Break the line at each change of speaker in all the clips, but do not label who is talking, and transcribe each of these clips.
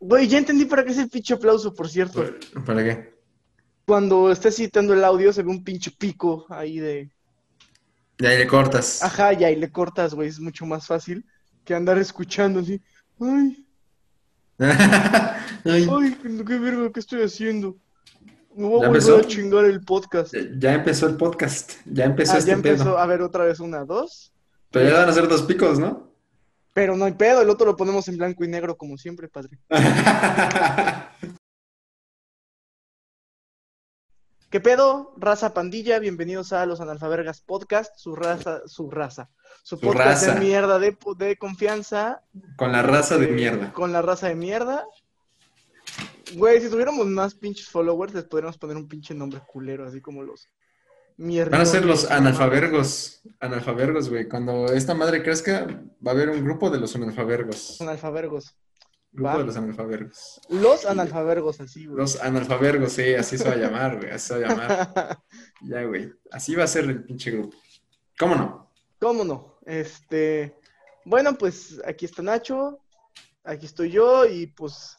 Güey, ya entendí para qué es el pinche aplauso, por cierto.
¿Para, para qué?
Cuando estás editando el audio se ve un pinche pico ahí de...
Y ahí le cortas.
Ajá, ya, y le cortas, güey. Es mucho más fácil que andar escuchando así. Ay,
Ay,
ay, qué verga, ¿qué estoy haciendo? Me voy
¿Ya
a volver
empezó?
a chingar el podcast.
ya empezó el podcast. Ya empezó
Ah,
este
ya empezó.
pedo.
A ver, otra vez una, dos.
Pero ya van a ser dos picos, ¿no?
Pero no hay pedo, el otro lo ponemos en blanco y negro como siempre, padre. ¿Qué pedo? Raza Pandilla, bienvenidos a Los Analfabergas Podcast, su raza, su raza. Su,
Su
podcast
raza.
de mierda de, de confianza
Con la raza de
Eh,
mierda.
Con la raza de mierda. Güey, si tuviéramos más pinches followers, les podríamos poner un pinche nombre culero, así como los mierda.
Van a ser los analfabergos. Analfabergos, güey. Cuando esta madre crezca, va a haber un grupo de los analfabergos.
Los analfabergos.
Grupo
Va.
de los analfabergos.
Los analfabergos, así, güey.
Los analfabergos, sí, así se va a llamar, güey. Así se va a llamar. Ya, güey. Así va a ser el pinche grupo. ¿Cómo no?
¿Cómo no? Este. Bueno, pues aquí está Nacho, aquí estoy yo y pues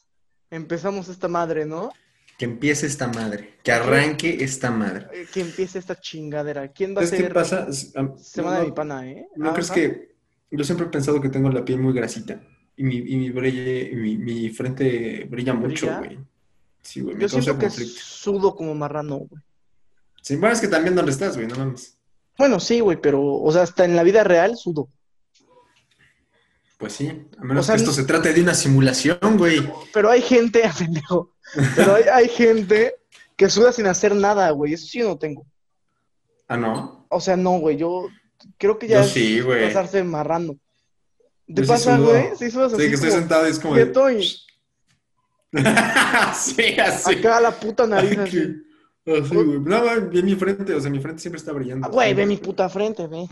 empezamos esta madre, ¿no?
Que empiece esta madre. Que arranque esta madre.
Eh, Que empiece esta chingadera. ¿Quién va a
¿Sabes qué
ser
pasa? Es- am-
Semana
no-
de mi pana, eh?
¿No crees
Ajá.
que yo siempre he pensado que tengo la piel muy grasita? Y mi, y mi, brille- y mi, mi frente brilla mucho,
¿Brilla?
güey. Sí, güey, me
Yo
causa
siento que
conflicto.
sudo como marrano, güey.
Sí, bueno, es que también donde estás, güey, no mames.
Bueno, sí, güey, pero, o sea, hasta en la vida real sudo.
Pues sí, a menos
O sea,
que esto
no-
se trate de una simulación, güey.
Pero hay gente, ah, pendejo, pero hay, hay gente que suda sin hacer nada, güey. Eso sí yo no tengo.
Ah, no.
O sea, no, güey, yo creo que ya
Yo
es
sí, güey.
pasarse marrando. ¿Te
Yo sí
pasa,
sudo.
güey? Sí, sudas
Sí,
así
que estoy
como
sentado y es como de...
quieto y-
sí, así.
acá a la puta nariz
Aquí.
así.
Así, güey. No, güey, ve mi frente, o sea, mi frente siempre está brillando.
Ah, Güey, ve mi puta frente, ve.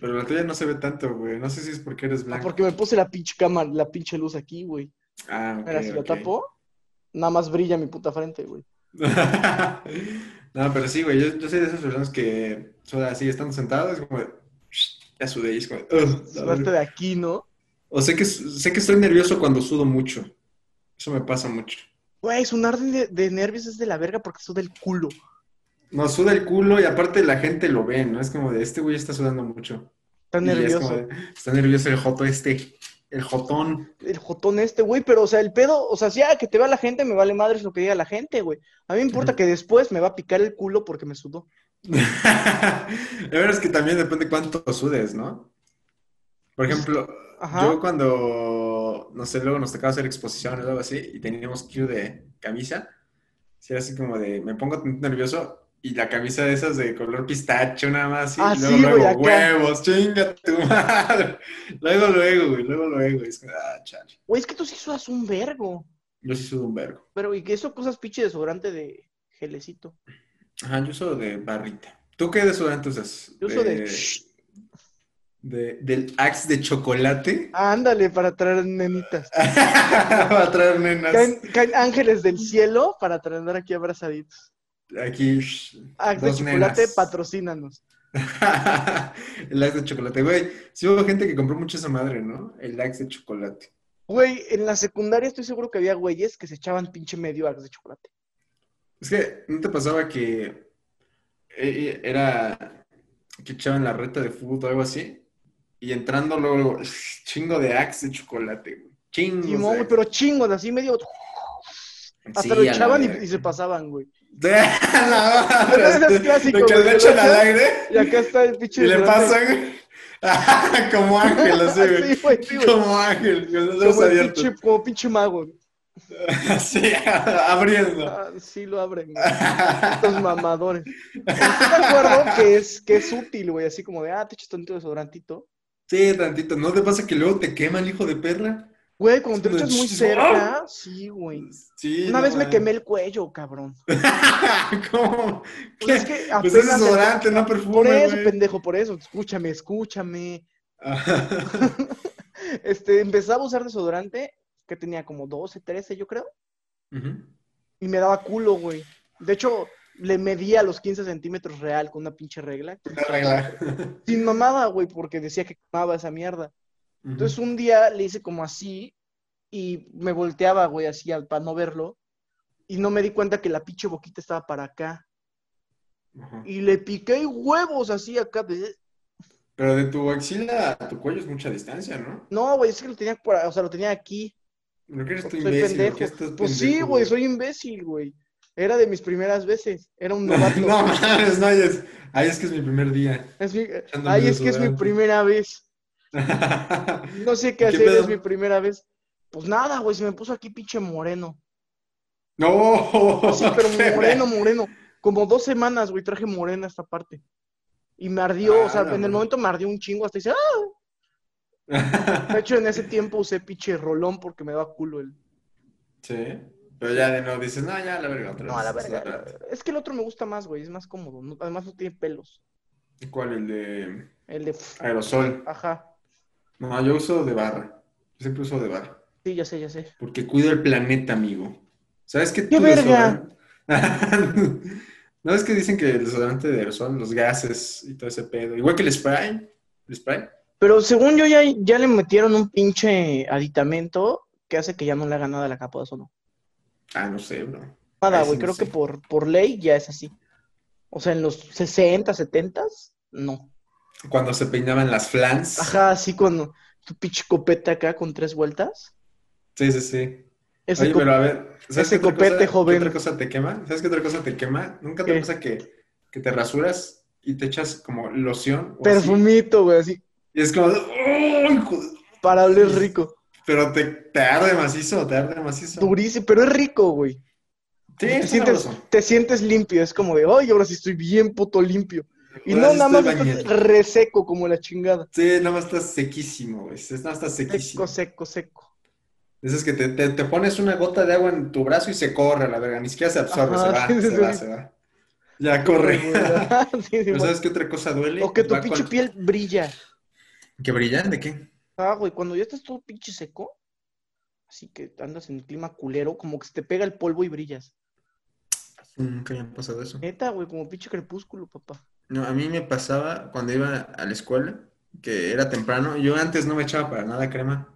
Pero la tuya no se ve tanto, güey. No sé si es porque eres
Ah,
blanco.
porque me puse la pinche cámara, la pinche luz aquí, güey.
Ah, ok,
Mira, si lo
ok.
tapo, nada más brilla mi puta frente, güey.
no, pero sí, güey. Yo, yo soy de esas personas que son así, están sentados, es como de, ya sudé y es como de, "Ugh, la
Sudaste
verga".
de aquí, ¿no?
O sé que, sé que estoy nervioso cuando sudo mucho. Eso me pasa mucho.
Güey, sonar de, de nervios es de la verga porque suda el culo.
No, suda el culo y aparte la gente lo ve, ¿no? Es como de, este güey está sudando mucho.
Está
Y es
nervioso.
como de, está nervioso el joto este. El jotón.
el jotón este, güey, pero o sea, el pedo, o sea, si a que te vea la gente, me vale madres lo que diga la gente, güey. A mí me importa
Ujú.
que después me va a picar el culo porque me sudó.
La verdad es que también depende cuánto sudes, ¿no? Por ejemplo,
Ajá.
Yo cuando, no sé, luego nos tocaba hacer exposiciones o algo así y teníamos cue de camisa, si era así como de, me pongo tan nervioso y la camisa de esas de color pistacho nada más así,
Ah,
y luego,
sí, güey,
luego
acá.
huevos, chinga tu madre. Luego, luego, güey, luego, luego. y es como, ah, chale.
Güey, es que tú sí sudas un vergo.
Yo sí sudo un vergo.
Pero, y que eso cosas pinche desodorante de gelecito.
Ajá, yo uso de barrita. ¿Tú qué desodorante usas?
Yo uso de.
Eh, de- ¿Del Axe de chocolate?
Ándale, para traer nenitas.
Va a traer nenas
Caen, caen ángeles del cielo para traer aquí abrazaditos.
aquí.
Axe de
dos
chocolate,
nenas.
patrocínanos.
el Axe de chocolate, güey. Sí hubo gente que compró mucho esa madre, ¿no? El Axe de chocolate.
Güey, en la secundaria estoy seguro que había güeyes que se echaban pinche medio axe de chocolate.
Es que, ¿no te pasaba que eh, era que echaban la reta de fútbol o algo así? Y entrando luego, luego, chingo de Axe de chocolate, güey. Chingo.
Simón, güey, pero chingos, así medio. Hasta lo echaban y, y se pasaban, güey.
la madre!
Pero ese es
este,
clásico,
de que
güey,
lo
que
echan
lo
al
echan
aire
Y acá está el
y
pinche.
le
desodorante.
pasan. Como ángel, así, güey.
Ah, Sí, güey, sí, güey.
Como ángel, con los dedos
Como, el
abiertos.
pinche, como pinche mago.
Sí, abriendo.
Ah, sí, lo abren. güey. Estos mamadores. Estoy de acuerdo que es, que es útil, güey. Así como de, ah, te echas tantito desodorantito.
Sí, tantito. ¿No te pasa que luego te queman, hijo de perra?
Güey, cuando te
Es
lo
como
echas
de
muy
chis- ¡Ah!
cerca. Sí, güey.
Sí.
Una
no
vez me
mames.
quemé el cuello, cabrón.
¿Cómo?
Pues
¿Qué?
es que
Pues es
apenas-
desodorante, no perfume.
Por eso,
güey.
pendejo, por eso. Escúchame, escúchame.
Ajá.
Este, empezaba a usar desodorante que tenía como 12, 13, yo creo.
Ujú.
Y me daba culo, güey. De hecho, le medía los 15 centímetros real con una pinche regla.
Una regla.
Sin mamada, güey, porque decía que quemaba esa mierda. Entonces un día le hice como así y me volteaba, güey, así al, para no verlo. Y no me di cuenta que la pinche boquita estaba para acá.
Ajá.
Y le piqué huevos así acá. de-
Pero de tu axila a tu cuello es mucha distancia, ¿no?
No, güey, es que lo tenía, por- o sea, lo tenía aquí.
No que eres tú
Soy
imbécil,
pendejo.
¿por qué estás
Pues sí,
pendejo,
güey, soy imbécil, güey. Era de mis primeras veces. Era un
No,
novato.
no mames, no, ahí es, ahí es que es mi primer día.
Es mi-
Echándome
Ay, es que es mi
desodorante.
primera vez. No sé qué hacer,
pedo?
es mi primera vez. Pues nada, güey, se me puso aquí pinche moreno.
no,
Pues Sí,
qué
pero moreno,
ver-
moreno. Como dos semanas, güey, traje morena esta parte. Y me ardió, o sea,
Ah, la
en el
madre.
momento me ardió un chingo hasta dice, ¡ah! De hecho, en ese tiempo usé pinche rolón porque me daba culo el.
sí, pero ya de no dices, no, ya a la verga otra
No,
vez,
a la
es
verga.
otra vez".
Es que el otro me gusta más, güey, es más cómodo. no- además, no tiene pelos.
¿Cuál? El de
El de.
aerosol.
Ajá.
No, yo uso de barra. Siempre uso de barra.
Sí, ya sé, ya sé.
Porque cuido el planeta, amigo. ¿Sabes qué?
¡Qué
tu
verga!
desodorante- ¿No es que dicen que el desodorante de aerosol, los gases y todo ese pedo? Igual que el spray. ¿El spray?
Pero según yo, ya, ya le metieron un pinche aditamento que hace que ya no le haga nada a la capa de ozono.
Ah, no sé, bro.
Nada,
Ahí sí
güey,
no
creo
sé.
que por, por ley ya es así. O sea, en los 60, 70, no.
Cuando se peinaban las flans.
Ajá, así cuando tu pinche copete acá con tres vueltas.
Sí, sí, sí.
Ese
Oye,
co-
pero a ver, ¿sabes
ese
qué otra
copete
cosa- qué
joven.
otra cosa te quema? ¿Sabes qué otra cosa te quema? Nunca
¿Qué?
te pasa que, que te rasuras y te echas como loción. o así?
perfumito, güey, así,
Y es como, ¡oh, hijo de-!
para oler rico.
Pero te, te arde macizo, te arde macizo.
Durísimo, pero es rico, güey.
Sí,
te
está
sientes,
sabroso.
te sientes limpio, es como de, ay, ahora sí estoy bien puto limpio. Y
Ahora
no,
sí
nada más
estoy
estás
bañado.
reseco como la chingada.
Sí, nada más está sequísimo, güey. Es- Nada más está
Seco,
sequísimo.
seco, seco.
Es que te, te- te pones una gota de agua en tu brazo y se corre, la verga. Ni siquiera se absorbe,
Ajá,
se va,
sí, sí,
se va,
sí.
se va. Ya corre.
Ajá, sí, sí,
Pero
güey.
¿sabes qué otra cosa duele?
o que tu
Va
pinche
con-
piel brilla.
¿Que brillan? ¿De qué?
Ah, güey, cuando ya estás todo pinche seco, así que andas en el clima culero, como que se te pega el polvo y brillas.
Nunca me ha pasado eso.
Neta, güey, como pinche crepúsculo, papá.
No, a mí me pasaba cuando iba a la escuela, que era temprano. Yo antes no me echaba para nada crema.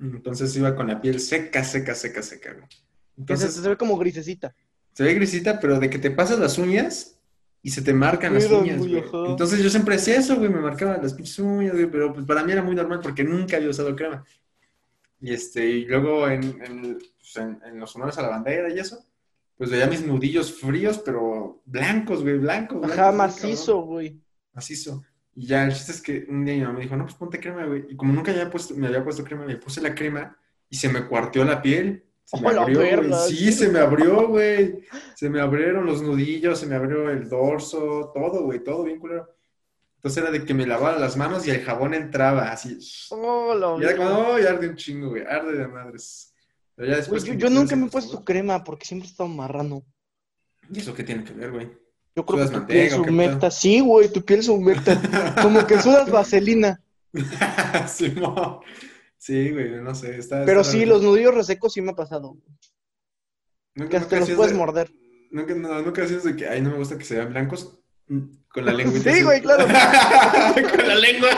Entonces iba con la piel seca, seca, seca, seca. güey.
Que se,
Entonces
se ve como grisecita.
Se ve grisita, pero de que te pasas las uñas y se te marcan las
Cuidan
uñas,
muy,
güey.
ajá.
Entonces yo siempre hacía eso, güey, me marcaban las pinches uñas, güey, pero pues para mí era muy normal porque nunca había usado crema. Y este, y luego en, en- pues, en- en los honores a la bandera y eso, pues veía mis nudillos fríos, pero blancos, güey, blancos, blancos.
Ajá,
muy cabrón,
macizo, güey.
Macizo. Y ya el chiste es que un día mi mamá me dijo, no, pues ponte crema, güey. Y como nunca había puesto, me había puesto crema, me puse la crema y se me cuarteó la piel. Se me
¡A la
abrió, güey.
verga!
Sí, se me abrió, güey. Se me abrieron los nudillos, se me abrió el dorso, todo, güey, todo bien culero. Entonces era de que me lavaba las manos y el jabón entraba así.
Oh, la
Y era
verga.
como, "Ay, arde un chingo, güey, arde de madres. Pero ya
Güey,
después.
yo,
que
yo
mi piel
nunca
se
me he puesto
acostumbró.
crema porque siempre he estado marrano.
¿Y eso qué tiene que ver, güey?
Yo creo
¿Sudas
que tu piel
manteca o qué
humecta. Sí, güey, tu piel se humecta. Como que sudas vaselina.
Sí, no. Sí, güey, no sé. Está,
Pero
está
sí,
raro.
los nudillos resecos sí me ha pasado.
Nunca,
Que hasta
nunca
los
hacías
puedes
de-
morder.
Nunca, no, nunca hacías de que, ay, no me gusta que se vean blancos. mm, Con la lengua. y te
Sí,
haces-
güey, claro.
con la lengua.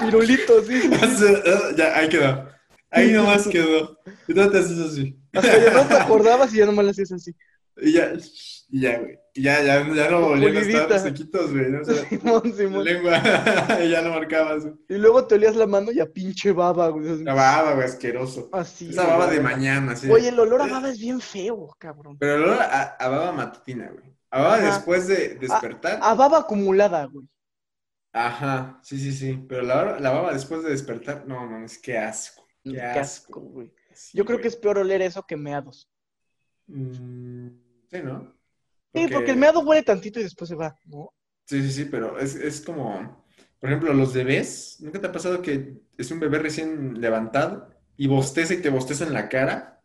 Pirulitos, sí. sí.
Haces, ah, ya, ahí quedó. Ahí nomás quedó. Y no te haces así.
Hasta ya no te acordabas y ya nomás le hacías así.
Y ya, y ya, güey. Y ya, ya, ya no volvieron a
Pulidita.
estar sequitos, güey. ¿no? O sea,
Simón,
la
Simón.
lengua. y ya no marcabas. güey.
Y luego te olías la mano y a pinche baba, güey.
La baba, güey, asqueroso.
Así.
Esa
güey.
baba de mañana, sí.
Oye, el olor a baba es bien feo, cabrón.
Pero el olor a, a baba matutina, güey. A baba
Ajá. Ah,
después de despertar.
A baba acumulada, güey.
Ajá, sí, sí, sí. Pero la, la baba después de despertar, no mames, qué asco. Qué,
Qué
asco.
asco, güey.
Sí,
Yo creo que
güey.
es peor oler eso que meados.
Mm, sí, ¿no?
Sí, porque el meado huele tantito y después se va, ¿no?
Sí, sí, sí, pero es, es como. Por ejemplo, los bebés. ¿Nunca te ha pasado que es un bebé recién levantado y bosteza y te bosteza en la cara?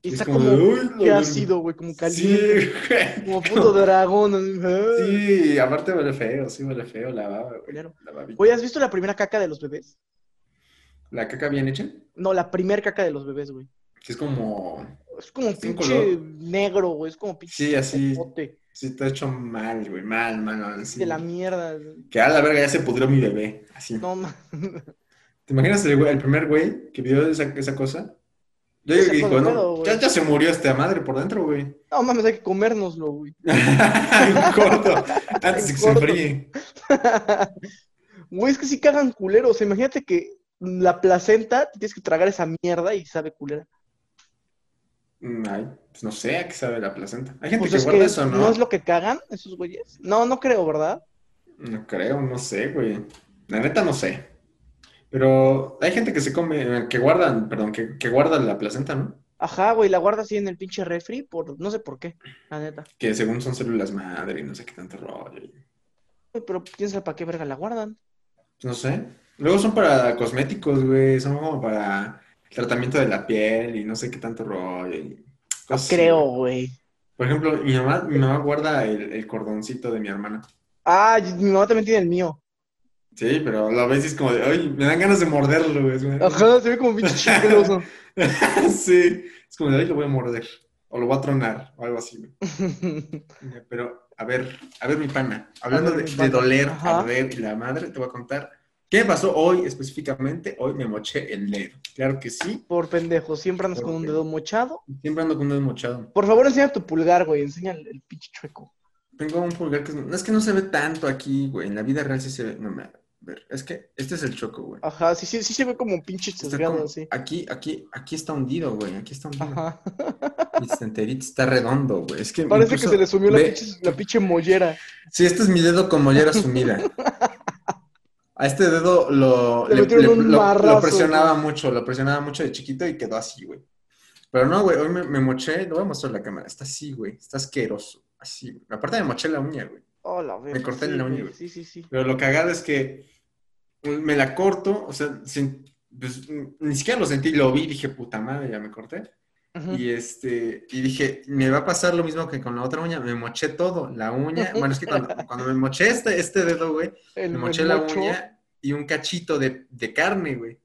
Y
Es
está
como
como,
de, "Uy,
qué
la
ácido, güey, como
verga".
caliente.
Sí,
Como
güey.
puto dragón. así, ah,
Sí, aparte huele feo, sí huele feo la baba, güey.
culero.
La babita.
ah. Oye, ¿has visto la primera caca de los bebés?
La caca bien hecha,
No, la primer caca de los bebés, güey.
que es como.
Es como
Sin
pinche
color.
negro, güey. Es como pinche
Sí, así.
pote
Sí, está hecho mal, güey. Mal, mal, mal. sí.
de la mierda.
Que a la verga ya se pudrió mi bebé. Así.
No, ma-
¿Te imaginas el, güey- el primer güey que vio esa, esa cosa?
Ya
Yo digo
se
que dijo,
fue de
no,
pedo, güey.
ya, ya se murió esta madre por dentro, güey.
No mames, hay que comérnoslo, güey.
En corto, antes de que se
En corto.
enfríe.
Güey, es que sí cagan culero. O sea, imagínate que la placenta, te tienes que tragar esa mierda y sabe culera.
Mm, Ay, pues no sé a qué sabe la placenta. Hay gente
Pues
que
es
guarda
que
eso, ¿no?
no es lo que cagan esos güeyes. No, no creo, ¿verdad?
No creo, no sé, güey. La neta no sé. Pero hay gente que se come, eh, que guardan, perdón, que, que guardan la placenta, ¿no?
Ajá, güey, la guarda así en el pinche refri por no sé por qué, la neta.
Que según son células madre y no sé qué tanto rollo. y-
Güey, pero piensa para qué verga la guardan.
pues, No sé. Luego son para cosméticos, güey. Son como para tratamiento de la piel y no sé qué tanto rollo. y cosas así,
Creo,
güey.
güey.
Por ejemplo, mi mamá, mi mamá guarda el, el cordoncito de mi hermana.
Ah, y- mi mamá también tiene el mío.
Sí, pero la ves y es como de, ay, me dan ganas de morderlo, güey. Es como-
Ajá, se ve como pinche chicloso.
sí. Es como de, ay, lo voy a morder. O lo voy a tronar, o algo así, güey. Pero, a ver, a ver, mi pana. Hablando
A ver,
de,
mi
de
pana.
doler,
Ajá.
arder y la madre, te voy a contar. ¿Qué me pasó hoy específicamente? Hoy me moché el dedo. Claro que sí.
por pendejo, siempre andas con un dedo mochado.
Siempre ando con un dedo mochado.
Por favor, enseña tu pulgar, güey. Enseña el, el pinche chueco.
Tengo un pulgar que es... no, Es que no se ve tanto aquí, güey. En la vida real sí se ve. No, me... a ver, es que este es el choco, güey.
Ajá, sí, sí, sí se ve como pinche
Está
sesgado
como-
así.
Aquí, aquí, aquí está hundido, güey. Aquí está hundido.
Ajá.
Y está enterito, está redondo, güey. Es que
Parece que
incluso
se le sumió la
ve-
pinche, la pinche mollera.
Sí, este es mi dedo con mollera sumida. A este dedo lo,
Le metieron un
lo-
marrazo,
lo presionaba mucho, lo presionaba mucho de chiquito y quedó así, güey. Pero no, güey, hoy me, me moché, lo voy a mostrar a la cámara. Está así, güey, está asqueroso. Así, güey. Aparte me moché la uña, güey.
Oh, la verga.
corté
sí,
la uña,
güey,
güey.
Sí, sí, sí.
Pero lo cagado es que pues, me la corto, o sea, sin- pues, ni siquiera lo sentí, lo vi, dije, puta madre, ya me corté.
Ajá.
Y este, y dije, me va a pasar lo mismo que con la otra uña, me moché todo, la uña, bueno, es que cuando, cuando me moché este, este dedo, güey,
El-
me
el
moché la
mocho.
uña y un cachito de, de carne, güey.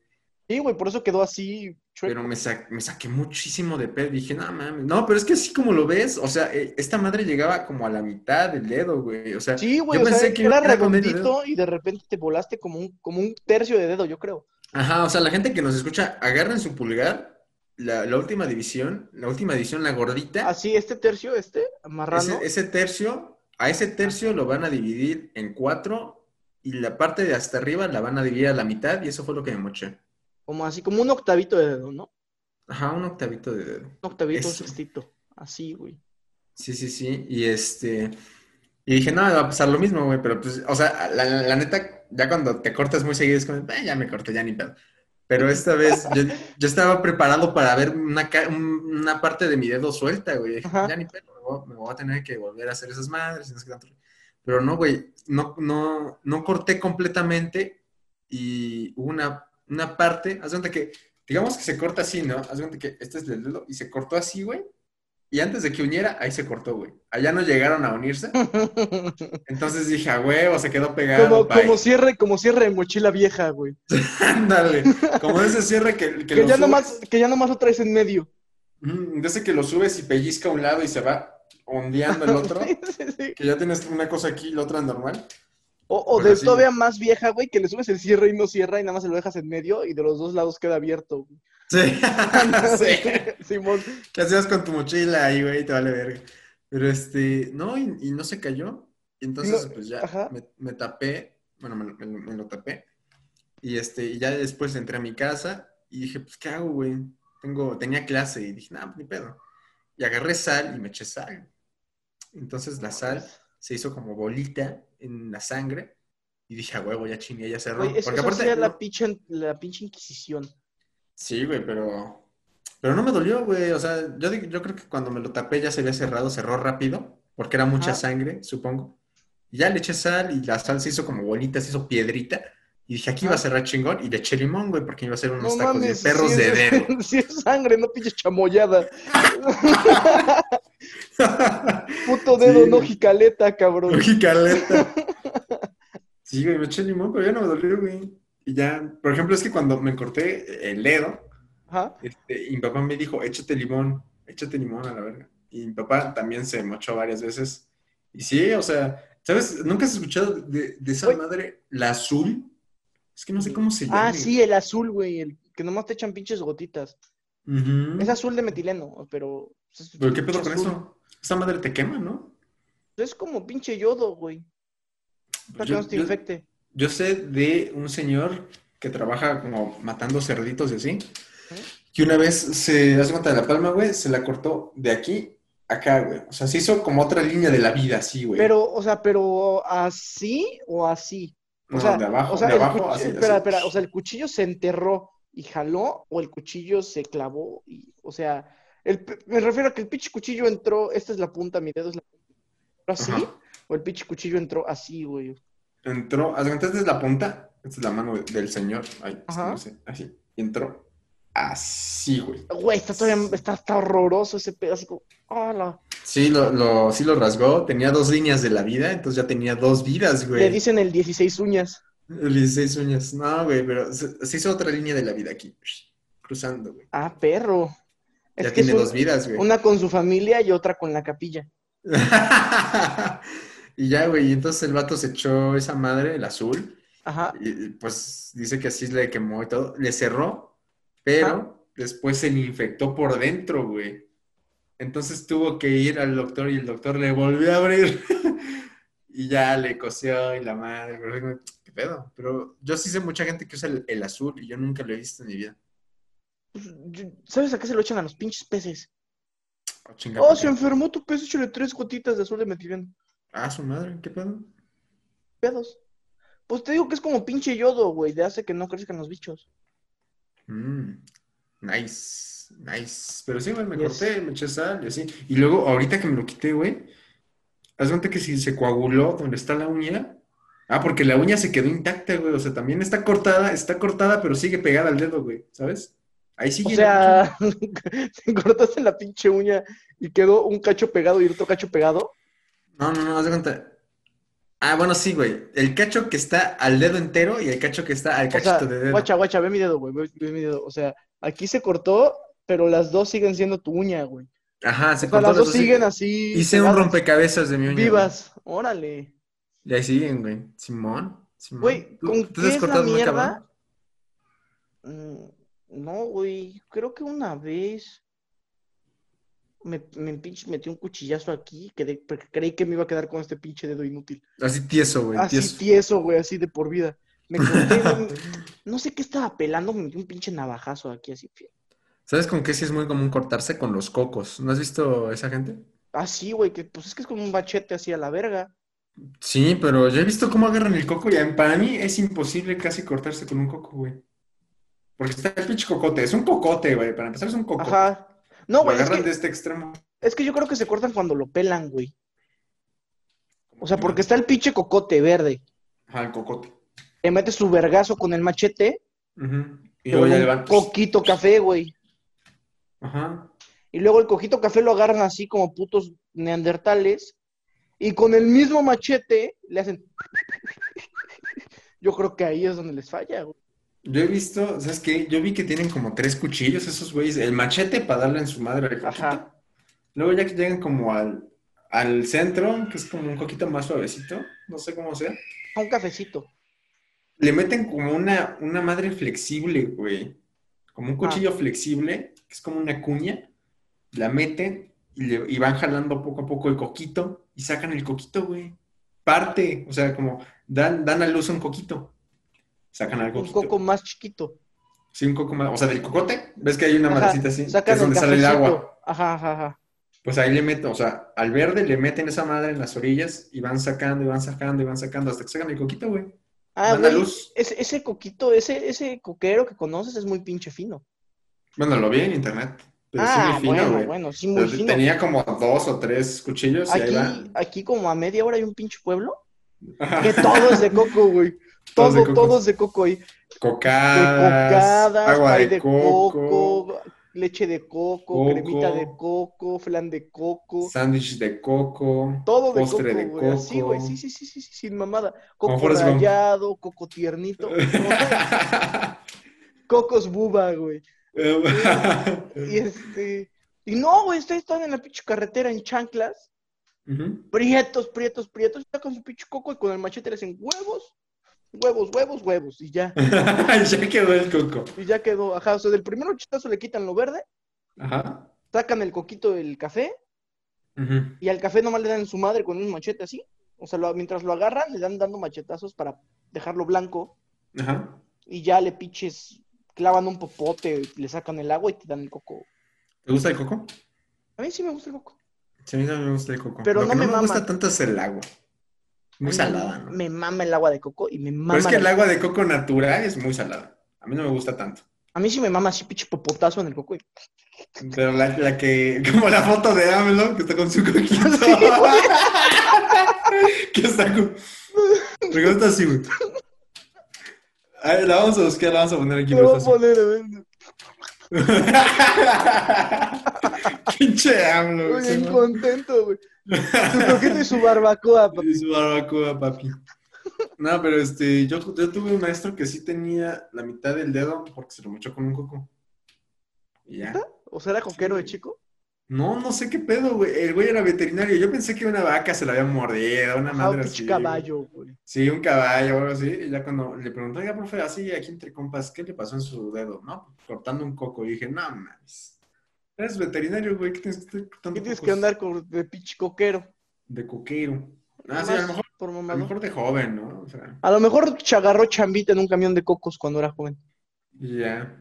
Sí, güey, por eso quedó así chueco.
Pero me, sa- me saqué muchísimo de pedo, dije, no mames, no, pero es que así como lo ves, o sea, eh, esta madre llegaba como a la mitad del dedo, güey, o sea,
Sí, güey,
yo
o sea,
pensé que
era
era con medio
redondito y de repente te volaste como un, como un tercio de dedo, yo creo.
Ajá, o sea, la gente que nos escucha, agarren su pulgar, la, la última división, la última división, la gordita.
Así, este tercio, este, marrano.
¿Eh? Ese, ese tercio, a ese tercio lo van a dividir en cuatro y la parte de hasta arriba la van a dividir a la mitad y eso fue lo que me moché.
Como así, como un octavito de dedo, ¿no?
Ajá, un octavito de dedo.
Un octavito, un
Eso.
sextito. Así, güey.
Sí, sí, sí. Y este. Y dije, no, me va a pasar lo mismo, güey. Pero pues, o sea, la, la- la neta, ya cuando te cortas muy seguido es como, "Eh, ya me corté, ya ni pedo. Pero esta vez yo, yo estaba preparado para ver una, ca- un- una parte de mi dedo suelta, güey. Dije,
Ajá.
ya ni pedo, me voy, me voy a tener que volver a hacer esas madres. y no sé qué tanto". Pero no, güey, no, no, no corté completamente y hubo una, una parte, haz de cuenta que, digamos que se corta así, ¿no? Haz de cuenta que este es el dedo y se cortó así, güey. Y antes de que uniera, ahí se cortó, güey. Allá no llegaron a unirse. Entonces dije, a huevo, se quedó pegado.
Como,
bye".
como cierre, como cierre de mochila vieja, güey.
Ándale. Como ese cierre que, que,
Que,
lo
ya
subes.
nomás, que ya nomás lo traes en medio.
Ujú, de ese que lo subes y pellizca a un lado y se va ondeando el otro.
Sí, sí, sí.
que ya tienes una cosa aquí y la otra normal.
O, o
Bueno,
de
sí,
todavía más vieja, güey, que le subes el cierre y no cierra y nada más se lo dejas en medio y de los dos lados queda abierto. güey.
Sí. Ah, sí.
Simón.
¿Qué hacías con tu mochila ahí, güey? Te vale verga. Pero este, no, y, y no se cayó. Y entonces,
No,
pues ya
ajá.
me, me tapé, bueno, me, lo- me lo- me lo tapé. Y este, y ya después entré a mi casa y dije, pues, ¿qué hago, güey? Tengo, tenía clase y dije, nah, ni pedo. Y agarré sal y me eché sal. Entonces la sal se hizo como bolita en la sangre y dije, a huevo, ya chingué, ya cerró.
Güey, es que
Porque
eso
aparte,
sí es
no-
la pinche, la pinche inquisición.
Sí, güey, pero. Pero no me dolió, güey. O sea, yo, digo- yo creo que cuando me lo tapé ya se había cerrado, cerró rápido, porque era mucha
Ajá.
sangre, supongo. Y ya le eché sal y la sal se hizo como bolita, se hizo piedrita. Y dije, aquí va a
Ajá.
cerrar chingón. Y le eché limón, güey, porque iba a ser unos
No
tacos
mames.
de perros
sí
de
es-
dedo.
sí es sangre, no pinche chamoyada. Puto
Sí,
dedo, no
güey.
jicaleta, cabrón.
Lógica lenta. Sí, güey, me eché limón, pero ya no me dolió, güey. Y ya, por ejemplo, es que cuando me corté el dedo,
Ajá.
Este, y mi papá me dijo, échate limón, échate limón a la verga. Y mi papá también se mochó varias veces. Y sí, o sea, ¿sabes? ¿Nunca has escuchado de, de esa
Güey.
madre, la azul? Es que no sé cómo se llama.
Ah, sí, el azul, güey, el que nomás te echan pinches gotitas.
Ujú.
Es azul de metileno, pero. es
¿Pero qué pedo
pinche
con
azul.
eso? Esa madre te quema, ¿no?
Es como pinche yodo, güey. Para que
Yo-
no se te
yo-
infecte.
Yo sé de un señor que trabaja como matando cerditos y así, que una vez se hace cuenta de la palma, güey, se la cortó de aquí a acá, güey. O sea, se hizo como otra línea de la vida, así, güey.
Pero, o sea, pero así o así. O
No,
sea,
de abajo,
o sea,
de
el
abajo,
cuch-
así,
espera,
así.
espera, o sea, el cuchillo se enterró y jaló, o el cuchillo se clavó, y, o sea, el pe- me refiero a que el pinche cuchillo entró, esta es la punta, mi dedo es la ¿Entró así?
Ajá.
¿O el pinche cuchillo entró así, güey?
Entró, haz de cuenta, esta es la punta, esta es la mano güey, del señor. Ay, es que
Ajá.
no sé, así. Y entró así, güey.
Güey, está todavía, está, está horroroso ese pedo, así como, ¡hala!
Sí lo, lo- sí lo rasgó, tenía dos líneas de la vida, entonces ya tenía dos vidas, güey.
Le dicen el 16 uñas.
16 uñas. No, güey, pero se, se hizo otra línea de la vida aquí. Cruzando, güey.
Ah, perro. Es
Ya
que es
tiene
un-
dos vidas, güey.
una con su familia y otra con la capilla.
y ya, güey, y entonces el vato se echó esa madre, el azul,
Ajá.
y y, pues dice que así le quemó y todo. Le cerró, pero después se le infectó por dentro, güey. Entonces tuvo que ir al doctor y el doctor le volvió a abrir. y ya le cosió y la madre, güey. ¿Qué pedo? Pero yo sí sé mucha gente que usa el, el azul y yo nunca lo he visto en mi vida.
Pues, yo- ¿Sabes a qué se lo echan a los pinches peces?
Oh, chinga,
Oh,
¿por
se
qué?
enfermó tu pez, échale tres gotitas de azul de metileno.
Ah, su madre, ¿qué pedo?
Pedos. Pues te digo que es como pinche yodo, güey, de hace que no crezcan los bichos.
Mm, nice, nice. Pero sí, güey, me
Yes.
corté, me eché sal y así. Y luego, ahorita que me lo quité, güey, haz cuenta que si se coaguló donde está la uña. Ah, porque la uña se quedó intacta, güey. O sea, también está cortada, está cortada, pero sigue pegada al dedo, güey, ¿sabes? Ahí
O
sigue. la
sea, te cortaste la pinche uña y quedó un cacho pegado y otro cacho pegado.
uña. No, no, no, haz de cuenta. Ah, bueno, sí, güey. El cacho que está al dedo entero y el cacho que está al
O sea,
cachito de dedo.
guacha, guacha, ve mi dedo, güey, ve, ve mi dedo. O sea, aquí se cortó, pero las dos siguen siendo tu uña, güey.
Ajá, se
O sea,
cortó
las dos
así.
siguen así.
Hice un
pegadas,
rompecabezas de mi uña. güey.
Vivas, órale.
Y ahí siguen, güey. Simón. Simón.
Güey,
¿Tú-
¿con
tú
qué
te has
es la
cortado muy
mierda?
cabrón?
Mm, No, güey, creo que una vez me, me pinche metí un cuchillazo aquí, quedé- porque creí que me iba a quedar con este pinche dedo inútil.
Así tieso, güey.
Así
tieso.
tieso, güey, así de por vida. Me corté, güey, no sé qué estaba pelando, me metí un pinche navajazo aquí, así. fi-
¿Sabes con qué sí es muy común cortarse con los cocos? ¿No has visto esa gente?
Así, güey, que pues es que es como un bachete así a la verga.
Sí, pero yo he visto cómo agarran el coco y en- para mí es imposible casi cortarse con un coco, güey. Porque está el pinche cocote. Es un cocote, güey. Para empezar es un coco.
Ajá. No,
Lo
güey, es
agarran
que,
de este extremo.
es que yo creo que se cortan cuando lo pelan, güey. O sea, porque está el pinche cocote verde.
Ajá, el cocote.
Le metes su vergazo con el machete,
Ujú. Y
con
luego ya le
un
van.
coquito café, güey.
Ajá.
Y luego el cojito café lo agarran así como putos neandertales. Y con el mismo machete le hacen. Yo creo que ahí es donde les falla, güey.
Yo he visto, ¿sabes qué? Yo vi que tienen como tres cuchillos esos güeyes. El machete para darle en su madre al coquito.
Ajá.
Luego ya que llegan como al, al centro, que es como un coquito más suavecito, no sé cómo sea.
Un cafecito.
Le meten como una, una madre flexible, güey. Como
Ah.
un cuchillo flexible, que es como una cuña. La meten y, le- y van jalando poco a poco el coquito y sacan el coquito, güey. Parte, o sea, como dan, dan a luz un coquito. Sacan al
Un
coquito.
coco más chiquito.
Sí, un coco más. O sea, del cocote. ¿Ves que hay una
Ajá,
madrecita así? Que
Sacan
es donde
el
sale el
cafecito.
agua.
Ajá, ajá, ajá.
Pues ahí le meten, o sea, al verde le meten esa madre en las orillas y van sacando y van sacando y van sacando hasta que sacan el coquito, güey.
Ah,
Dan a
güey,
luz.
Ese, ese coquito, ese, ese coquero que conoces es muy pinche fino.
Bueno, lo vi en internet. Pero sí
ah,
muy fino,
bueno,
güey.
bueno, sí, muy
Pero
fino.
Tenía como dos o tres cuchillos y ahí
Aquí,
va.
aquí como a media hora hay un pinche pueblo que todo es de coco, güey.
Todo es de
Todo,
coco.
todo es de coco ahí. de
Cocadas,
cocadas,
agua
pay
de coco,
leche de coco,
coco.
cremita de coco, flan de coco,
sándwich de coco,
todo de
postre
coco,
de
güey. Así, güey,
coco.
sí, sí, sí, sí, sí, sin mamada. Coco
Forrest Gump.
rallado, coco tiernito, todo. cocos buba, güey. Y este, y no, güey, ustedes están en la pinche carretera en chanclas,
Ujú.
prietos, prietos, prietos, está con su pinche coco y con el machete le hacen huevos. huevos, huevos, huevos, y ya.
ya quedó el coco.
Y ya quedó, ajá, o sea, del primer chutazo le quitan lo verde,
Ajá.
sacan el coquito del café,
Ujú.
y al café nomás le dan su madre con un machete así. O sea, lo- mientras lo agarran, le dan dando machetazos para dejarlo blanco,
Ajá.
y ya le pinches, clavan un popote, le sacan el agua y te dan el coco.
¿Te gusta el coco?
A mí sí me gusta el coco.
Sí, a mí también me gusta el coco.
Pero
Lo
no
que
me
no me
mama.
gusta tanto es el agua.
A
Muy
mí
salada, ¿no?
Me mama el agua de coco y me mama.
Pero es que el
la-
agua de coco natural es muy salada. A mí no me gusta tanto.
A mí sí me mama así pinche popotazo en el coco. y-
Pero la, la que, como la foto de AMLO, que está con su coquito. que está con... Pregunta así, güey. A ver, la vamos a buscar, la vamos a poner aquí.
Le
pero
voy a
está
poner, a ver. pues.
así. Pinche AMLO, güey.
Bien
se va.
contento, güey. Su coquito y su barbacoa, papá.
Y su barbacoa, papi. No, pero este, yo, yo tuve un maestro que sí tenía la mitad del dedo porque se lo mochó con un coco. Y ya.
O sea, era coquero de chico.
No, no sé qué pedo, güey. El güey era veterinario. Yo pensé que una vaca se la había mordido, una
Ajá, un
madre así.
Ah, pinche
güey.
caballo, güey.
Sí, un caballo o algo así. Y ya cuando le pregunté, oiga, profe, así aquí entre compas, ¿qué le pasó en su dedo? ¿No? Cortando un coco. Y dije, no mames. Eres veterinario, güey. ¿Qué tienes que estar cortando
¿Qué tienes
cocos
que andar con de pinche coquero?
De coquero. Ah,
Nomás
sí, a lo mejor,
por
a lo
mamador.
mejor de joven, ¿no? O sea,
A lo mejor se agarró chambita en un camión de cocos cuando era joven.
y ya.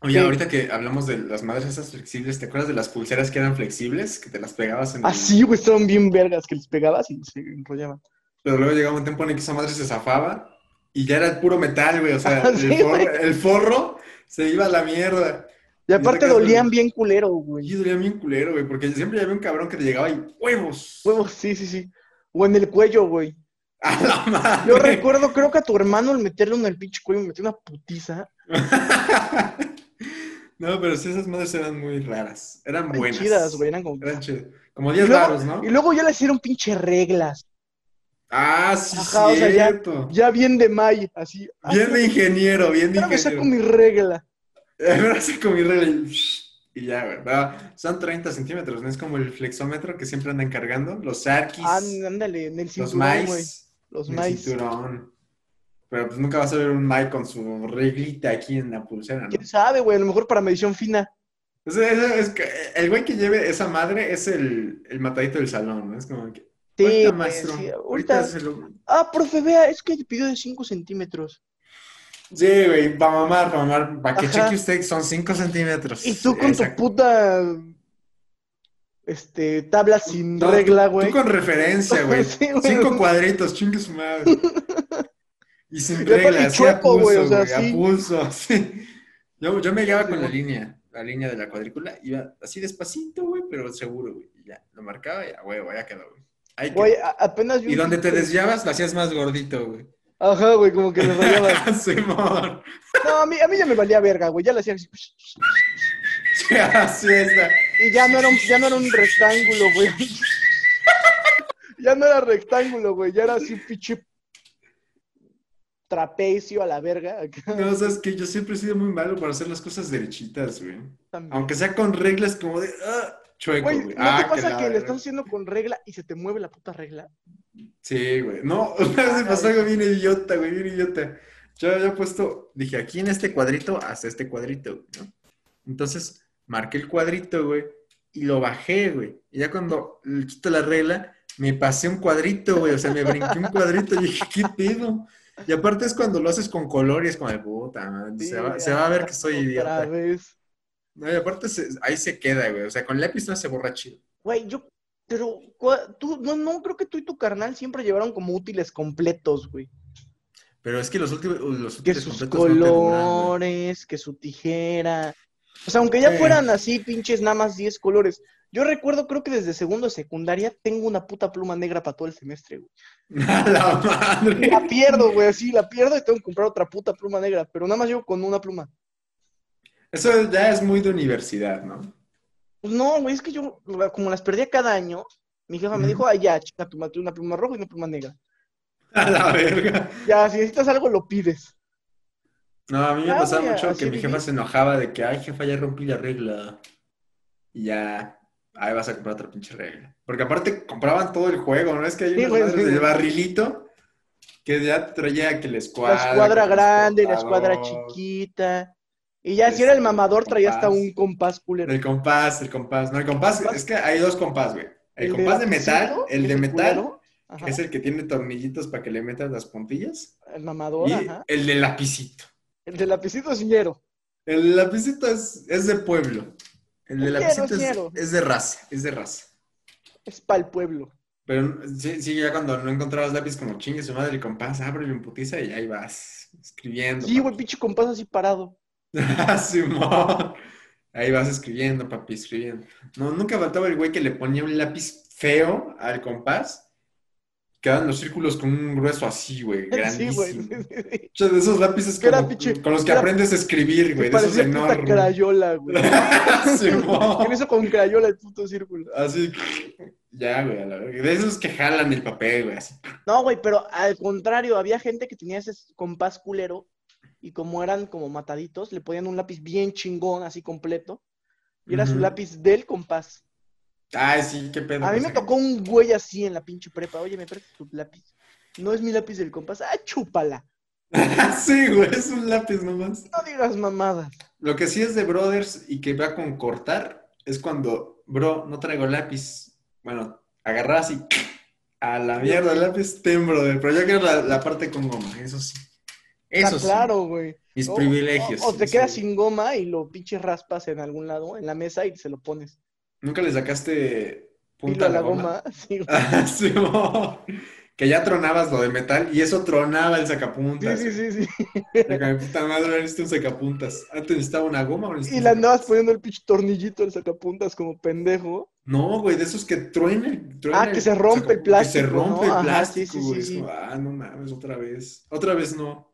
Oye,
Sí.
ahorita que hablamos de las madres esas flexibles, ¿te acuerdas de las pulseras que eran flexibles? Que te las pegabas en el-
Así, Ah, güey, estaban bien vergas que les pegabas y se enrollaban.
Pero luego llegaba un tiempo en el que esa madre se zafaba y ya era el puro metal, güey. O sea,
Ah, sí,
el, forro,
güey.
el forro se iba a la mierda.
Y aparte
te quedas
dolían bien culero, güey.
Y dolía bien culero, güey, porque siempre había un cabrón que te llegaba y huevos.
Huevos, sí, sí, sí. O en el cuello, güey.
A la madre.
Yo recuerdo, creo que a tu hermano al meterlo en el pinche cuello me metió una putiza.
no, pero sí, esas madres eran muy raras. Eran
Eran
buenas.
chidas, güey, eran como...
Eran chidas. Como
Y
10
luego,
varos, ¿no?
y luego ya le hicieron pinche reglas.
Ah, sí,
Ajá, o sea, ya-
cierto.
Ya bien de May, así. Ay,
Bien de ingeniero, bien de
Ahora me
ingeniero.
saco mi regla.
Ahora sí con mi reloj y ya, güey. va. Son 30 centímetros, ¿no? Es como el flexómetro que siempre andan cargando. Los arquis,
Ah, ándale, en el
los
cinturón, güey.
mais,
Los
el
maíz.
cinturón. Pero pues nunca vas a ver un mai con su reglita aquí en la pulsera, ¿no?
¿Quién sabe, güey? A lo mejor para medición fina.
Ese- ese- es que el güey que lleve esa madre es el, el matadito del salón, ¿no? Es como que...
Sí,
ahorita,
güey,
maestro,
sí,
ahorita
ahorita.
se lo-
Ah, profe, vea, es que te pidió de 5 centímetros.
Sí, güey, para mamar, para mamar. Para que
Ajá.
cheque usted, son 5 centímetros.
Y tú con tu
Exacto.
puta. Este, tabla sin
No,
regla,
tú-
güey.
Tú con referencia, güey.
Sí, güey.
Cinco cuadritos, chingue su madre. Y sin
aparte
reglas, sí, a
chueco,
pulso,
güey,
güey,
o sea,
a
sí.
pulso, sí. Yo, yo me guiaba
Sí,
con la
güey.
línea, la línea de la cuadrícula, iba así despacito, güey, pero seguro, güey. Y Ya, lo marcaba y ya, güey, ya quedó, güey. Ahí
Güey,
quedó.
a- apenas vi
Y
un-
donde te desviabas, lo hacías más gordito, güey. Ah,
Ajá, güey, como que me rayaba.
Simón.
No, a mí, a mí ya me valía verga, güey. Ya le hacía así.
Sí, así está.
Y ya no era un, ya no era un rectángulo, güey. ya no era rectángulo, güey. Ya era así un pinche trapecio a la verga. Acá
No, sabes que yo siempre he sido muy malo para hacer las cosas derechitas, güey.
también.
Aunque sea con reglas como de. ah, chueco,
Güey,
güey.
¿no
Ah,
te
que
pasa
la
que, le
verga.
estás haciendo con regla y se te mueve la puta regla?
Sí, güey. No, una vez me pasó algo bien idiota, güey, bien idiota. Yo había puesto, dije, aquí en este cuadrito hasta este cuadrito, güey, ¿no? Entonces, marqué el cuadrito, güey, y lo bajé, güey. Y ya cuando le quito la regla, me pasé un cuadrito, güey. O sea, me brinqué un cuadrito y dije, ¿qué pedo? Y aparte es cuando lo haces con color y es como de puta, man,
Sí,
se, va,
güey,
se va a ver que soy
Otra
idiota.
vez.
No, y aparte se- ahí se queda, güey. O sea, con lápiz no se borra chido.
Güey, yo. Pero cua- tú, no, no, creo que tú y tu carnal siempre llevaron como útiles completos, güey.
Pero es que los últimos, los
Que
útiles
sus
completos no te duran, güey.
colores, que su tijera. O sea, aunque ya
Sí.
fueran así, pinches nada más 10 colores. Yo recuerdo, creo que desde segundo de secundaria tengo una puta pluma negra para todo el semestre, güey.
A la madre.
La pierdo, güey, así, la pierdo y tengo que comprar otra puta pluma negra, pero nada más llevo con una pluma.
Eso ya es muy de universidad, ¿no?
Pues no, güey, es que yo, la- como las perdía cada año, mi jefa me
Ujú.
dijo, ay, ya, chica, tu una pluma roja y una pluma negra.
A la verga.
Ya, si necesitas algo, lo pides.
No, a mí me
Ah,
pasaba
güey,
mucho
así
que mi jefa
viví.
se enojaba de que, ay, jefa, ya rompí la regla. Y ya, ahí vas a comprar otra pinche regla. Porque aparte compraban todo el juego, ¿no? Es que hay
Sí,
unas
güey,
madres
sí,
del
güey.
barrilito Que ya traía que la
La
escuadra.
escuadra
que el
grande, la escuadra
escuadrador,
chiquita. Y ya si
Exacto,
era el mamador, traía hasta
compás.
un compás culero.
El compás, el compás. No, el compás,
Compás.
es que hay dos compás, güey. El,
El
compás de metal,
lapicito,
el
que
de
es
metal,
culero,
que es
ajá,
el que tiene tornillitos para que le metas las puntillas.
el mamador,
y
Oh, ajá.
el de lapicito.
El del lapicito sillero.
El lapicito es, es de pueblo. El de
Quiero,
lapicito es,
quiero.
es de raza, es de raza.
Es para el pueblo.
Pero sí, sí, ya cuando no encontrabas lápiz, como chingue su madre, el compás, ábrele un putiza y ahí vas escribiendo.
Sí, güey, pinche compás así parado.
papi. Simón. Ahí vas escribiendo, papi, escribiendo. No, nunca faltaba el güey que le ponía un lápiz feo al compás. Quedaban los círculos con un grueso así, güey,
Sí,
grandísimo.
güey. sí, sí, sí.
Muchos de esos lápices
Que era
como-
pinche-
con los que
era-
aprendes a escribir, güey, de esos
Parecía puta
enormes.
crayola, güey.
Simón.
¿Quién hizo con crayola el puto círculo?
Así, ya, güey, a la verga. De esos que jalan el papel, güey, así.
No, güey, pero al contrario, había gente que tenía ese compás culero y como eran como mataditos, le ponían un lápiz bien chingón, así completo. Y era su
Ujú.
lápiz del compás.
Ay, sí, qué pedo.
A mí
pues,
me
eh.
tocó un güey así en la pinche prepa. Oye, ¿me prestas tu lápiz? No es mi lápiz del compás. ¡Ah, chúpala!
Ah, sí, güey, es un lápiz nomás.
No digas mamadas.
Lo que sí es de Brothers y que va con cortar es cuando, bro, no traigo lápiz. Bueno, agarras y a la mierda el lápiz, ten, brother. Pero yo quiero la, la parte con goma, eso sí.
Está
Eso sí.
Ah, claro, güey.
Mis
O-
privilegios.
O, o te
sí.
quedas sin goma y lo pinches raspas en algún lado, en la mesa y se lo pones.
Nunca le sacaste
Pilo
punta
a la goma. Sí, güey.
Ah, sí, mo. que ya tronabas lo de metal y eso tronaba el sacapuntas.
sí, sí, sí, sí.
De que, "Mi puta madre, ahora necesito un sacapuntas. Antes necesitaba una goma. ahora necesito
Y
un
le andabas
sacapuntas.
poniendo el pinche tornillito al sacapuntas como pendejo.
No, güey, de esos que truenen.
Ah, que se rompe el plástico,
Que se rompe
¿no? Ajá,
el plástico.
sí, sí, sí,
güey. Es
sí.
como, ah, no mames, otra vez. Otra vez no.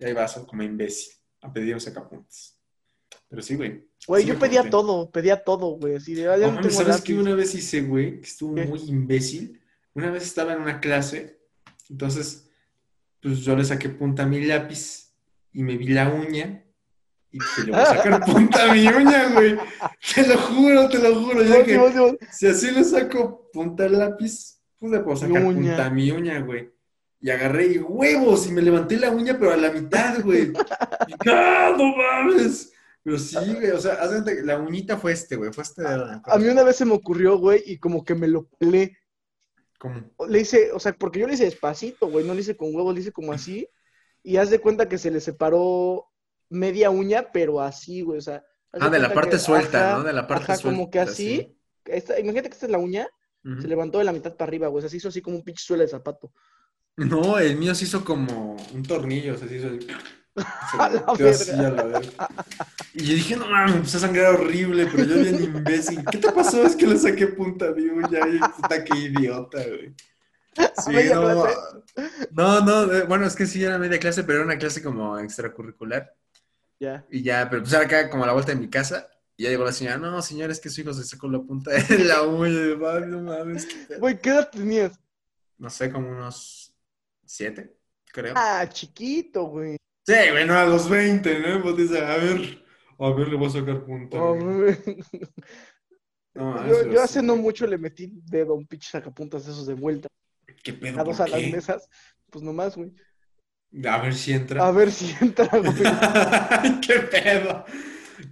Y ahí vas como imbécil a pedir un sacapuntas. Pero sí, güey.
Güey,
Sí,
yo
me
pedía
acordé.
todo, pedía todo, güey. Así de, "Ah, ya
No
no
mames,
tengo
¿sabes qué
lápiz".
una vez hice, güey? Que estuvo
¿Qué?
muy imbécil. Una vez estaba en una clase, entonces, pues yo le saqué punta a mi lápiz y me vi la uña y dije, le voy a sacar punta a mi uña, güey. Te lo juro, te lo juro. Yo
Simón,
dije,
Simón, Simón.
si así le saco punta al lápiz, pues le puedo sacar
Mi uña.
punta a mi uña, güey. Y agarré y huevos y me levanté la uña, pero a la mitad, güey. ¡No, no mames! Pero sí, güey, o sea, haz de cuenta que la uñita fue este, güey, fue este dedo. me acuerdo.
A mí una vez se me ocurrió, güey, y como que me lo pelé.
¿Cómo?
Le hice, o sea, porque yo le hice despacito, güey, no le hice con huevos, le hice como así. Y haz de cuenta que se le separó media uña, pero así, güey, o sea. haz
Ah, de la
cuenta
parte
que-
suelta,
ajá,
¿no? De la parte
ajá,
suelta.
como que así. esta- imagínate que esta es la uña,
Ujú.
se levantó de la mitad para arriba, güey, o sea, se hizo así como un pinche suela de zapato.
No, el mío se hizo como un tornillo, o sea, se hizo el... se
A la
volteó así
verga.
a la verga. Y yo dije, no mames, pues, empezó a sangrar horrible, pero yo bien imbécil. ¿Qué te pasó? Es que le saqué punta de uña y puta, qué idiota, güey. Sí,
media
no,
clase.
no, no, eh, bueno, es que sí era media clase, pero era una clase como extracurricular.
Ya.
Y ya, pero pues era acá como a la vuelta de mi casa. Y ya llegó la señora, no, señora, es que su hijo se sacó la punta de la uña. Y yo, "Ay, no mames, qué pedo".
Güey, ¿qué edad tenías?
no sé, como unos siete, creo.
Ah, chiquito, güey.
Sí, bueno, a los 20, ¿no? Pues dice, a ver, a ver, le voy a sacar punta.
No,
güey.
güey.
No,
yo,
eso
yo
sí,
hace no
güey.
mucho le metí dedo a un pinche sacapuntas de esos de vuelta,
¿Qué pedo?
a dos
por
a las
qué?
mesas. Pues nomás, güey.
A ver si entra.
A ver si entra, güey.
¿Qué pedo?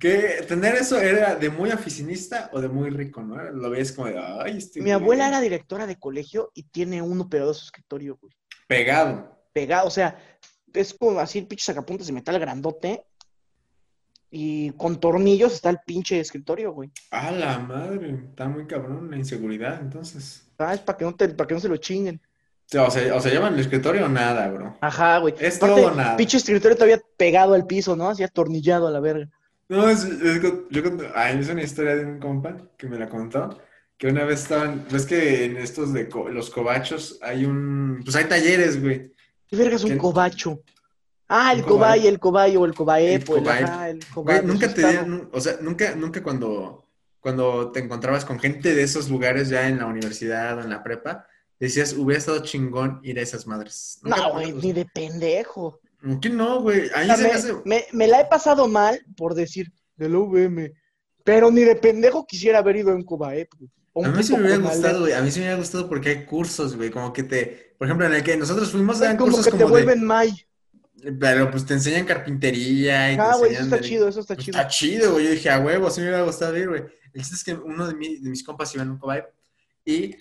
Que tener eso era de muy oficinista o de muy rico, ¿no? Lo veías como de, ay, este.
Mi
güey,
abuela era directora de colegio y tiene uno pegado a su escritorio, güey.
Pegado.
Pegado, o sea, es como así el pinche sacapuntas de metal grandote. Y con tornillos está el pinche escritorio, güey.
A la madre, está muy cabrón la inseguridad, entonces.
Ah, es para que, no te- para que no se lo chinguen.
O sea, o se, o se llevan el escritorio o nada, bro.
Ajá, güey.
Es
Aparte,
todo o nada.
Pinche escritorio todavía pegado al piso, ¿no? Así atornillado a la verga.
No, es, es que yo conté- ay, es una historia de un compa que me la contó, que una vez estaban, ves que en estos de co- los cobachos hay un, pues hay talleres, güey.
¿Qué verga es un
¿Qué?
cobacho? Ah, el
Un cobayo.
cobay, el cobayo, el cobaepo,
El
el,
cobae-
ajá, el
Güey,
cobayo.
nunca te dieron, un- o sea, nunca, nunca cuando, cuando te encontrabas con gente de esos lugares ya en la universidad o en la prepa, decías, hubiera estado chingón ir a esas madres. Nunca-
No, güey, ni de pendejo.
¿Qué no, güey? Ahí
O
se me
sea,
hace,
me, me- me la he pasado mal por decir de la UVM, pero ni de pendejo quisiera haber ido en Cuba, ¿eh?
A mí sí me hubiera gustado, güey. A mí sí me hubiera gustado porque hay cursos, güey. Como que te. Por ejemplo, en el que nosotros fuimos, eran
como
cursos
que te
como de.
vuelven May.
Pero pues te enseñan carpintería y te
Ah, güey, eso
enseñan
está
de-
chido, eso está
Pues,
chido.
Está chido, güey. Yo dije, a huevo, sí me hubiera gustado ir, güey. El chiste es que uno de, mi- de mis compas iba en un vibe y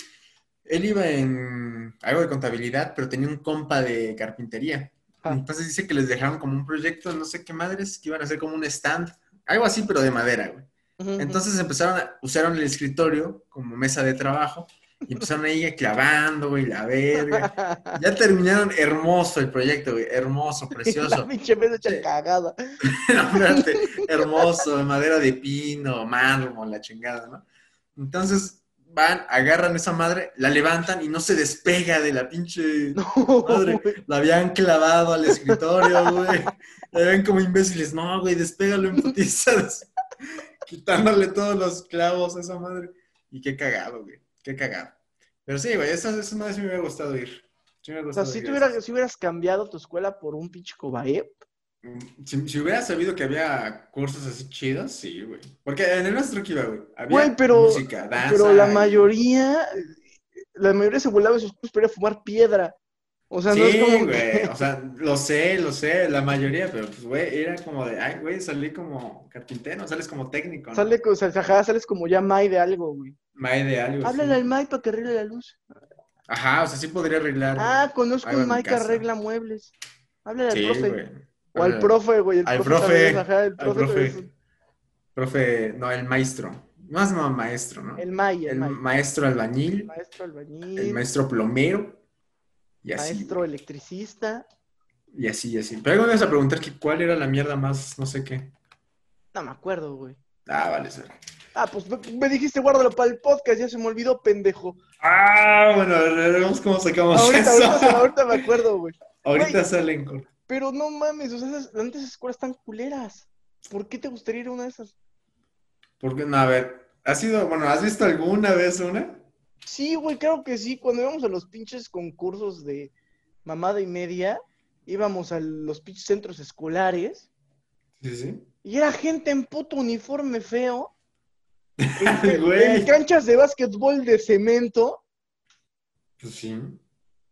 él iba en algo de contabilidad, pero tenía un compa de carpintería.
Ah.
Entonces dice que les dejaron como un proyecto, no sé qué madres, que iban a hacer como un stand, algo así, pero de madera, güey.
Ujú, ujú.
Entonces empezaron, a, usaron el escritorio como mesa de trabajo y empezaron ahí clavando, güey, la verga. Ya terminaron hermoso el proyecto, güey, hermoso,
La
precioso.
pinche mesa hecha cagada.
No, espérate, hermoso, de madera de pino, mármol, la chingada, ¿no? Entonces van, agarran esa madre, la levantan y no se despega de la pinche... Madre,
güey.
la habían clavado al escritorio, güey. La ven como imbéciles. No, güey, despégalo en putizas. Quitándole todos los clavos a esa madre. Y qué cagado, güey. Qué cagado. Pero sí, güey, esa, esa madre sí me hubiera gustado ir. Sí me hubiera
O sea,
gustado
si,
ir
te
a
hubieras,
esas.
si hubieras cambiado tu escuela por un pinche eh, cobae,
Mm, Si, si hubiera sabido que había cursos así chidos, sí, güey. Porque en el nuestro que iba, güey, había
Güey, pero-
música, danza.
pero la
y-
mayoría, la mayoría se volaba de sus cursos para ir a fumar piedra. O sea, no es
sí,
como
güey.
que...
O sea, lo sé, lo sé, la mayoría, pero pues, güey, era como de, ay, güey, salí como carpintero, sales como técnico, ¿no?
Sale, co- o sea, ajá, sales como ya May de algo, güey.
Mae de algo.
Háblale
Pues sí.
al May para que arregle la luz.
Ajá, o sea, sí podría arreglar.
Ah, conozco
Algo
un
en mi
May que
casa.
arregla muebles. Háblale al
sí,
profe.
güey.
O al profe, güey. el
Al
también es,
profe,
ajá, el
Al
profe. también
profe. Profe, no, el maestro. Más no, maestro, ¿no?
es El
El,
May, el, May.
maestro
El
albañil,
maestro albañil,
el maestro plomero. Y así.
maestro electricista.
Y así, y así. Pero ahí me vas a preguntar que cuál era la mierda más, no sé qué.
No me acuerdo, güey.
Ah, vale, sí.
Ah, pues me- me dijiste guárdalo para el podcast, ya se me olvidó, pendejo.
Ah, bueno, veremos cómo sacamos
Ahorita,
Pues eso.
ahorita, se- ahorita me acuerdo, güey.
Ahorita
Güey.
salen con.
Pero no mames, o sea, esas, la neta, esas escuelas están culeras. ¿Por qué te gustaría ir a una de esas?
Porque, no, a ver, ¿has sido, bueno, ¿has visto alguna vez una?
Sí, güey, claro que sí. Cuando íbamos a los pinches concursos de mamada y media, íbamos a los pinches centros escolares
Sí, sí.
y era gente en puto uniforme feo. En,
Güey.
en canchas de básquetbol de cemento
Pues sí.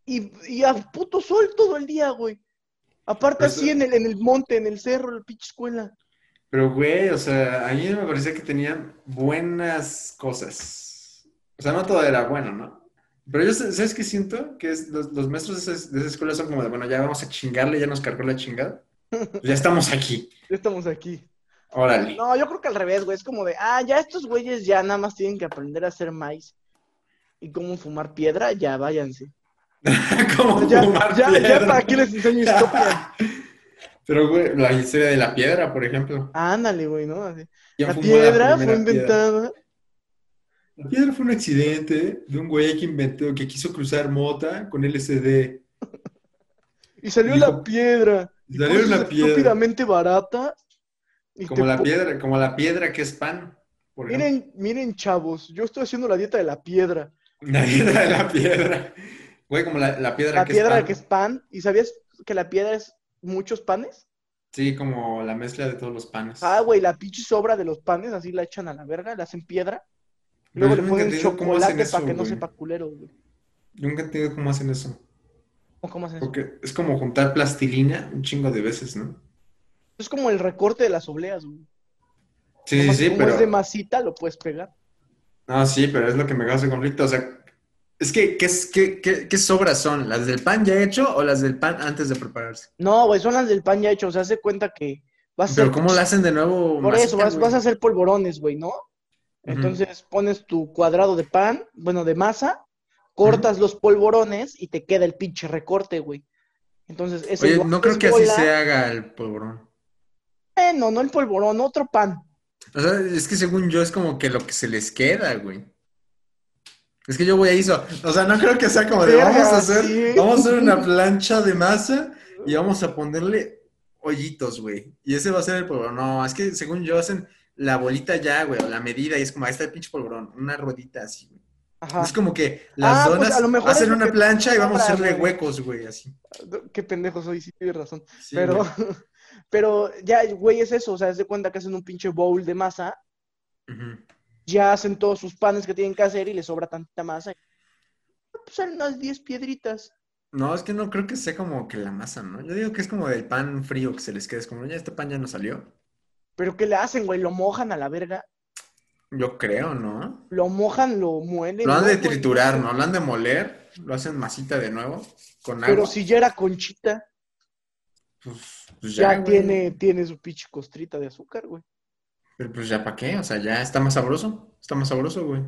y, y a puto sol todo el día, güey. Aparte
Pero
así
eso-
en el, en el monte, en el cerro, en la pinche escuela.
Pero, güey, o sea, a mí me parecía que tenían buenas cosas. O sea, no todo era bueno, ¿no? Pero yo, sé- ¿sabes qué siento? Que es- los, los maestros de esa, de esa escuela son como de, bueno, ya vamos a chingarle, ya nos cargó la chingada. Ya estamos aquí.
Ya estamos aquí.
Órale.
No, yo creo que al revés, güey. Es como de, ah, ya estos güeyes ya nada más tienen que aprender a hacer maíz y cómo fumar piedra, ya váyanse.
Como
Ya,
fumar
ya, ya,
piedra.
para qué les enseño historia.
Pero, güey, la historia de la piedra, por ejemplo.
Ándale, güey, ¿no? Así.
¿Quién
La
fumó
piedra
primera
fue inventada.
piedra? La piedra fue un accidente de un güey que inventó, que quiso cruzar mota con LSD.
Y salió
Dijo-
la piedra.
Y salió
cosas
la piedra.
Estúpidamente barata. Y
Como
te
la
po-
piedra, como la piedra que es pan. Por ejemplo.
Miren, miren, chavos, yo estoy haciendo la dieta de la piedra.
La piedra de la piedra. Güey, como la, la piedra
La
que
piedra
es pan.
que es pan. ¿Y sabías que la piedra es muchos panes?
Sí, como la mezcla de todos los panes.
Ah, güey, la pinche sobra de los panes, así la echan a la verga, la hacen piedra. y
Pero
Luego
yo
le
nunca
ponen
he entendido cómo hacen
chocolate
eso,
para que no
güey.
sepa culero, güey.
Yo nunca he entendido cómo hacen eso.
¿O cómo hacen eso?
Porque es como juntar plastilina un chingo de veces, ¿no?
Es como el recorte de las obleas, güey.
Sí, sí,
Nomás que
sí,
como
pero.
es de masita, lo puedes pegar.
No, sí, pero es lo que me causa conflicto. O sea, es que, ¿qué, es- qué, qué- qué sobras son? ¿Las del pan ya hecho o las del pan antes de prepararse?
No, güey, son las del pan ya hecho. O sea, hace cuenta que vas a
Pero
hacer-
¿cómo la hacen de nuevo?
Por eso,
masita,
vas,
güey?
vas a hacer polvorones, güey, ¿no? Entonces pones tu cuadrado de pan, bueno, de masa, cortas los polvorones y te queda el pinche recorte, güey. Entonces, ese
Oye,
lo
no
haces
creo que así
bola.
se haga el polvorón.
Eh, no, no el polvorón, otro pan.
O sea, es que según yo es como que lo que se les queda, güey. Es que yo voy a hizo. O sea, no creo que sea como de
Verga,
vamos a hacer,
sí.
vamos a hacer una plancha de masa y vamos a ponerle hoyitos, güey. Y ese va a ser el polvorón. No, es que según yo hacen la bolita ya, güey, o la medida, y es como ahí está el pinche polvorón, una ruedita así, güey.
Ajá.
Es como que las
Ah, pues,
donas
a lo mejor es
hacen
lo
una
que
plancha y vamos a
sobra,
hacerle
güey.
huecos, güey, así.
Qué pendejo soy, sí, tienes razón.
Sí,
pero,
güey.
pero ya, güey, es eso. O sea, haz de cuenta que hacen un pinche bowl de masa
Ujú.
ya hacen todos sus panes que tienen que hacer y les sobra tantita masa. Pues salen unas 10 piedritas.
No, es que no creo que sea como que la masa, ¿no? Yo digo que es como del pan frío que se les queda. Es como, ya este pan ya no salió.
¿Pero qué le hacen, güey? ¿Lo mojan a la verga?
Yo creo, ¿no?
¿Lo mojan, lo muelen?
Lo han
¿no,
de
güey?
triturar, ¿no? Lo han de moler, lo hacen masita de nuevo, con agua.
Pero si ya era conchita,
Pues, pues
ya,
güey.
tiene, tiene su pinche costrita de azúcar, güey.
Pero pues ya para qué, o sea, ya está más sabroso, está más sabroso, güey.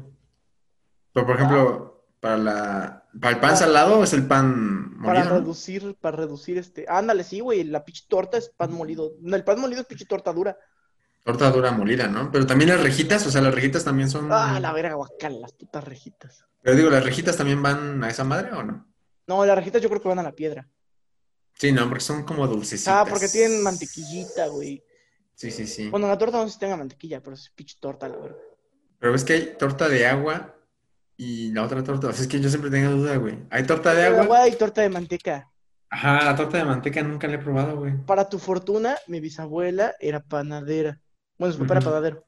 Pero por ejemplo, para la para el pan
Ah.
salado es el pan
Para
molido. ¿no?
reducir, para reducir este. Ándale, sí, güey. La pinche torta es pan molido. No, el pan molido es pinche torta dura.
Torta dura molida, ¿no? Pero también las rejitas, o sea, las rejitas también son
Ah, la verga, guacal, las putas rejitas.
Pero digo, las rejitas también van a esa madre o no?
No, las rejitas yo creo que van a la piedra.
Sí, no, porque son como dulcecitas.
Ah, porque tienen mantequillita, güey.
Sí, sí, sí.
Bueno, la torta no sé si tenga mantequilla, pero es pinche torta, la verga.
Pero ves que hay torta de agua y la otra torta, o sea, es que yo siempre tengo duda, güey. Hay torta de
Pero,
agua.
güey, y torta de manteca.
Ajá, la torta de manteca nunca la he probado, güey.
Para tu fortuna, mi bisabuela era panadera. Bueno, su papá era
Ujú.
panadero.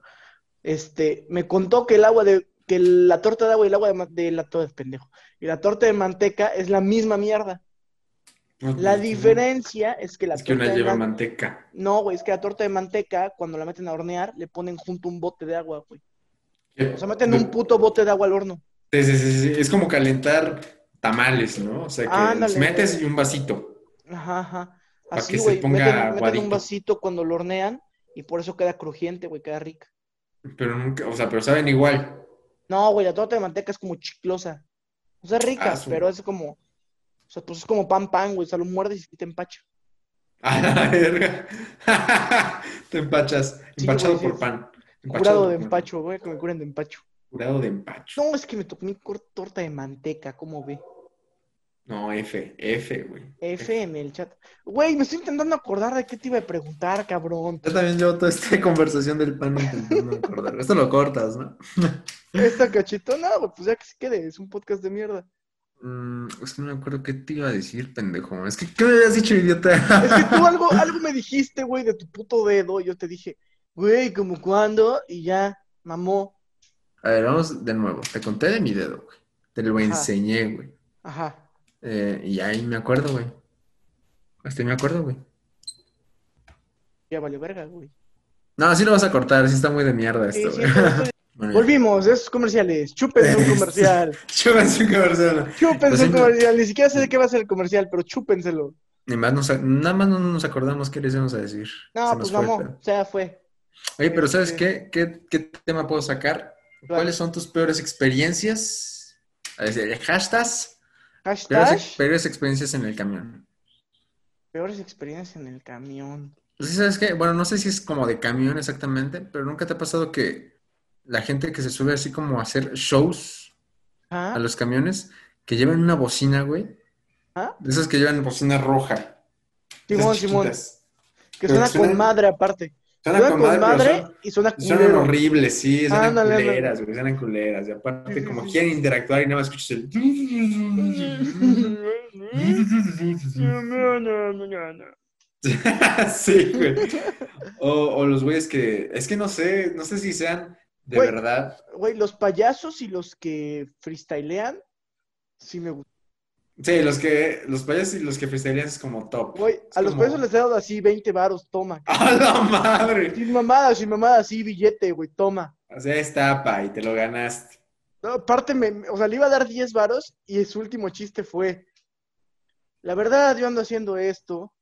Este, me contó que el agua de, que la torta de agua y el agua de, ma- de la torta, pendejo. Y la torta de manteca es la misma mierda.
Pues,
La
pues,
diferencia es que la
Es que una
torta de
lleva
man-
manteca.
No, güey, es que la torta de manteca, cuando la meten a hornear, le ponen junto un bote de agua, güey. O sea, meten un puto bote de agua al horno.
Sí, sí, sí, sí. Es como calentar tamales, ¿no? O sea, que
Ah,
los
ándale.
metes y un vasito.
Ajá, ajá.
Para
Así,
que se
güey,
ponga
meten, meten un
aguadito.
vasito cuando lo hornean y por eso queda crujiente, güey, queda rica.
Pero nunca, o sea, pero saben igual.
No, güey, la torta de manteca es como chiclosa. O sea, es rica,
Ah, su-
pero es como. O sea, pues es como pan pan, güey. O sea, lo muerdes y te empacha.
A la verga. Te empachas.
Sí,
Empachado
güey, sí,
por
sí.
pan. Empachado
Curado
por
de
pan.
empacho, güey, que me curen de empacho.
Curado de empacho.
No, es que me tomé cor- torta de manteca, ¿cómo ve?
No, F, F, güey.
F en el chat. Güey, me estoy intentando acordar de qué te iba a preguntar, cabrón.
Yo también llevo toda esta conversación del pan intentando acordar. Esto lo cortas, ¿no?
Esta cachetona, güey, pues ya que se quede, es un podcast de mierda.
Mm, es que no me acuerdo qué te iba a decir, pendejo. Es que, ¿qué me habías dicho, idiota?
Es que tú algo, algo me dijiste, güey, de tu puto dedo. y Yo te dije, güey, como cuándo, y ya, mamó.
A ver, vamos de nuevo. Te conté de mi dedo, güey. Te lo
Ajá.
enseñé, güey.
Ajá.
Eh, y ahí me acuerdo, güey. Hasta ahí me acuerdo, güey.
Ya valió verga, güey.
No, sí lo vas a cortar, sí está muy de mierda
Sí,
esto,
sí,
güey.
pero estoy-
Bueno, ya.
Volvimos, esos comerciales. Chúpense un comercial.
Chúpense un comercial. Lo
Chúpense un
siento.
comercial. Ni siquiera sé de qué va a ser el comercial, pero chúpenselo.
Ni más nos, nada más no nos acordamos qué les íbamos a decir. Se
No,
nos
pues
fue el
mamón,
pedo.
o sea, fue.
Oye, pero ¿sabes
Este-
qué? ¿Qué, qué tema puedo sacar? ¿Cuáles son tus peores experiencias? A ver, eh, hashtags. Peores,
Hashtag,
ex- peores experiencias en el camión.
peores experiencias en el camión.
Sí, ¿sabes qué? Bueno, no sé si es como de camión exactamente, pero nunca te ha pasado que la gente que se sube así como a hacer shows
Ajá.
a los camiones, que llevan una bocina, güey.
¿Ah?
De esas que llevan bocina roja.
Simón,
esas
Simón,
chiquitas.
que
Pero
suena
que suena-
con madre aparte. Suena con madre,
pero son-
y suena
Suenan
culero.
horribles, sí, suenan
Ándale, ándale.
culeras, güey, suenan culeras. Y aparte,
Sí, sí,
como
sí.
quieren interactuar y nada más escuchas el...
No, no, no, no, no.
sí, güey. O, o los güeyes que... Es que no sé, no sé si sean de
Güey.
verdad.
Güey, los payasos y los que freestylean, sí me gustan.
Sí, los que... Los payasos y los que freestylean es como top.
Güey,
Es
a los
como-
payasos les he dado así 20 varos, toma.
¡A la madre!
Sin mamada, sin mamada, así billete, güey, toma.
O sea, está, pa, y te lo ganaste.
No, aparte, me, o sea, le iba a dar 10 varos y su último chiste fue, la verdad, yo ando haciendo esto.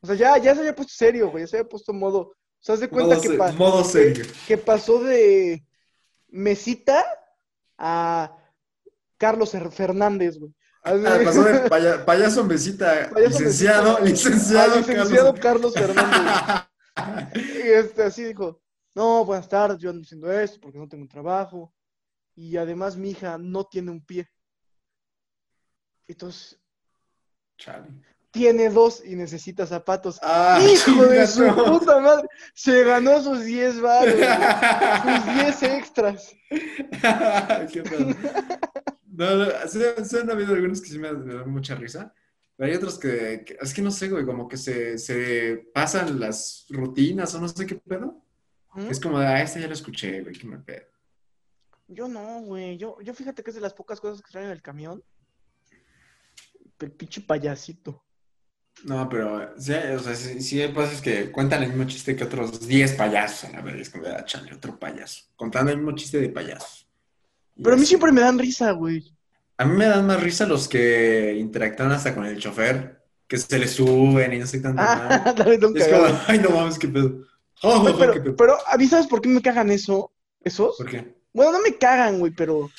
O sea, ya, ya se había puesto serio, güey, ya se había puesto modo. O sea, haz de cuenta
Modo,
que,
se-
pa-
modo serio.
que pasó de mesita a Carlos Her- Fernández, güey. Así-
Ah, pasó de paya- payaso mesita,
Payaso
licenciado,
mesita.
licenciado,
a licenciado
Carlos.
Carlos Fernández. güey. Y este, así dijo, no, buenas tardes, yo ando haciendo esto porque no tengo un trabajo. Y además mi hija no tiene un pie. Entonces,
Chale.
tiene dos y necesita zapatos.
Ah,
¡Hijo de
chinga,
su
no.
puta madre! Se ganó sus 10 baros, sus 10 extras.
Qué pedo. No, no, sí, sí han habido algunos que sí me dan me dan mucha risa. Pero hay otros que, que- es que no sé, güey, como que se, se pasan las rutinas o no sé qué pedo.
¿Mm?
Es como, de, ah, este ya lo escuché, güey, qué mal pedo.
Yo no, güey. Yo, yo fíjate que es de las pocas cosas que traen en el camión. El pinche payasito.
No, pero sí, o sea, sí, sí hay pasos que cuentan el mismo chiste que otros 10 payasos. A la verdad es como, ah, chale, otro payaso. Contando el mismo chiste de payasos. Y
Pero a mí
así.
siempre me dan risa, güey.
A mí me dan más risa los que interactúan hasta con el chofer, que se le suben y no sé tanto.
Ah,
nada.
también tengo
es
cagado.
como, ay, no mames, qué pedo. Oh,
Güey,
qué
pero,
pedo.
pero, ¿a mí sabes por qué me cagan eso? ¿Esos?
¿Por qué?
Bueno, no me cagan, güey, pero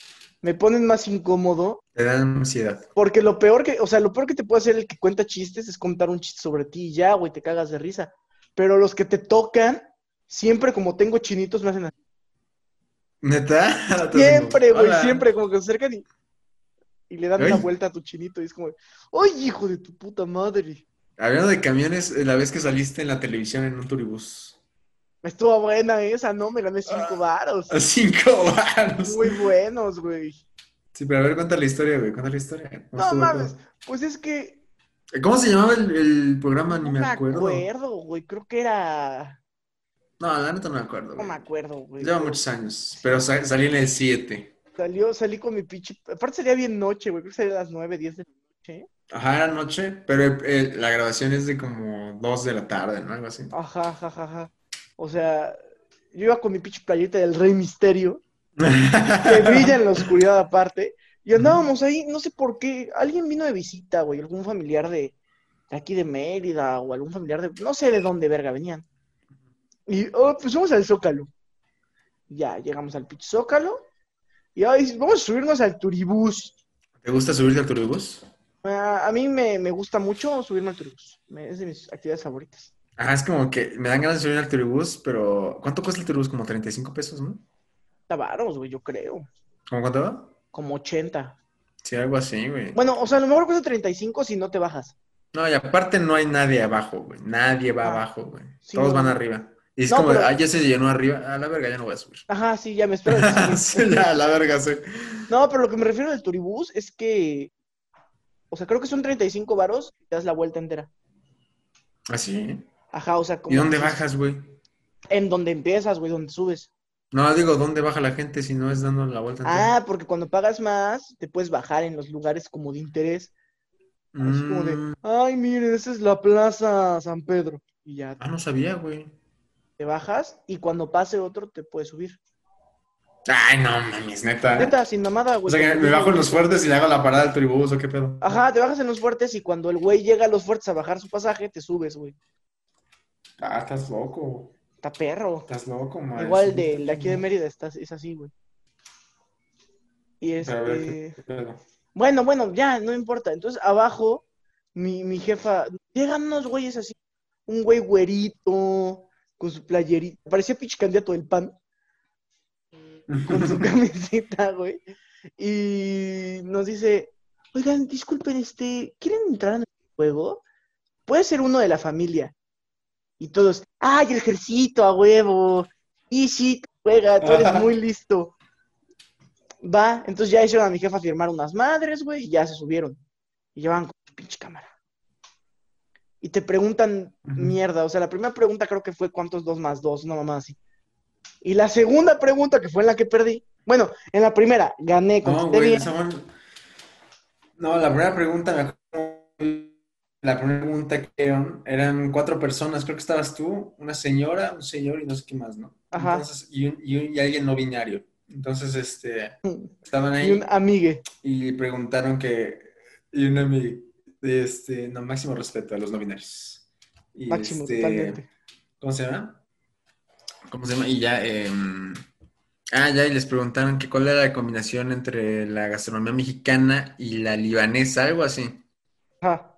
me ponen más incómodo.
Te dan ansiedad.
Porque lo peor que, o sea, lo peor que te puede hacer el que cuenta chistes es contar un chiste sobre ti y ya, güey, te cagas de risa. Pero los que te tocan, siempre como tengo chinitos, me hacen así.
¿Neta?
Siempre, güey,
Hola.
siempre, como que se acercan y, y le dan
Ay.
una vuelta a tu chinito. Y es como, ¡ay, hijo de tu puta madre!
Hablando de camiones, eh, la vez que saliste en la televisión en un turibús.
Estuvo buena esa, ¿no? Me gané cinco
Ah.
varos.
A cinco varos.
Muy buenos, güey.
Sí, pero a ver, cuenta la historia, güey. Cuenta la historia.
No
estuvo
mames. Pues es que
todo. ¿Cómo se llamaba el, el programa? Ni
No
me acuerdo.
güey. Creo que era.
No, la neta no me acuerdo.
No me
güey.
acuerdo, güey.
Lleva muchos años. Pero sa- salí en el 7.
Salió, salí con mi pinche. Aparte sería bien noche, güey. Creo que sería a las 9, 10 de la noche.
Ajá, era noche, pero el- el- la grabación es de como 2 de la tarde, ¿no? Algo así.
Ajá, ajá, ajá, ajá. O sea, yo iba con mi pinche playeta del Rey Misterio, que brilla en la oscuridad aparte. Y andábamos ahí, no sé por qué. Alguien vino de visita, güey. Algún familiar de, de aquí de Mérida o algún familiar de. No sé de dónde verga venían. Y, oh, pues vamos al Zócalo. Ya, llegamos al pinche Zócalo. Y ay, vamos a subirnos al turibús.
¿Te gusta subirte al turibús?
Ah, a mí me, me gusta mucho subirme al turibús. Me- es de mis actividades favoritas.
Ajá, es como que me dan ganas de subir al turibús, pero ¿cuánto cuesta el turibús? Como 35 pesos, ¿no?
Tavaros, güey, yo creo.
¿Cómo cuánto va?
Como 80.
Sí, algo así, güey.
Bueno, o sea, a lo mejor cuesta 35 si no te bajas.
No, y aparte no hay nadie abajo, güey. Nadie va
Ah,
abajo, güey.
sí,
Todos
no,
van
no.
arriba. Y es
No,
como,
pero-
ah, ya se llenó arriba. A la verga, ya no voy a subir.
Ajá, sí, ya me espero. al
Ah, Sí,
siguiente.
ya, a la verga, sí.
no, pero lo que me refiero del turibús es que. O sea, creo que son 35 varos y te das la vuelta entera.
¿Ah, sí?
Ajá, o sea, como.
¿Y dónde
dices,
bajas, güey?
En donde empiezas, güey, donde subes.
No, digo, ¿dónde baja la gente si no es dando la vuelta? entera?
Ah, porque cuando pagas más, te puedes bajar en los lugares como de interés. Así como de,
Mm,
ay, miren, esa es la plaza San Pedro. Y ya
Ah, no sabía, güey.
te bajas y cuando pase otro te puedes subir.
Ay, no mames, neta.
Neta, sin mamada, güey.
Ah. O sea, que
te
me
digo,
bajo en los fuertes y le hago la parada al tribus o qué pedo.
Ajá, te bajas en los fuertes y cuando el güey llega a los fuertes a bajar su pasaje, te subes, güey.
Ah, estás loco.
Está perro.
Estás loco, man.
Igual de, de aquí de Mérida estás, es así, güey. Y
Pero a ver,
este...
¿qué pedo?
Bueno, bueno, ya, no importa. Entonces, abajo, mi, mi jefa, llegan unos güeyes así, un güey güerito, con su playerita, parecía pinche candidato del pan, con su camiseta, güey. Y nos dice, oigan, disculpen, este, ¿quieren entrar en el juego? Puede ser uno de la familia. Y todos, ay, el ejercito, a huevo. Y sí, juega, tú eres muy listo. Va, entonces ya hicieron a mi jefa firmar unas madres, güey, y ya se subieron. Y llevan con su pinche cámara. Y te preguntan
Ujú.
mierda. O sea, la primera pregunta creo que fue cuántos dos más dos, una mamá así. Y la segunda pregunta, que fue en la que perdí. Bueno, en la primera gané,
No,
contesté
güey,
bien.
esa fue- No, la primera pregunta, me acuerdo, la primera pregunta que eran, eran cuatro personas, creo que estabas tú, una señora, un señor y no sé qué más, ¿no?
Ajá.
Entonces, y, un- y un- y alguien no binario. Entonces, este, estaban
Mm. Y
ahí
un amigue.
y preguntaron que, y una amiga, este, no, máximo respeto a los no binarios. Y
Máximo,
este,
totalmente.
¿Cómo se llama? ¿Cómo se llama? Y ya, em, ah, ya, y les preguntaron que cuál era la combinación entre la gastronomía mexicana y la libanesa, algo así.
Ajá.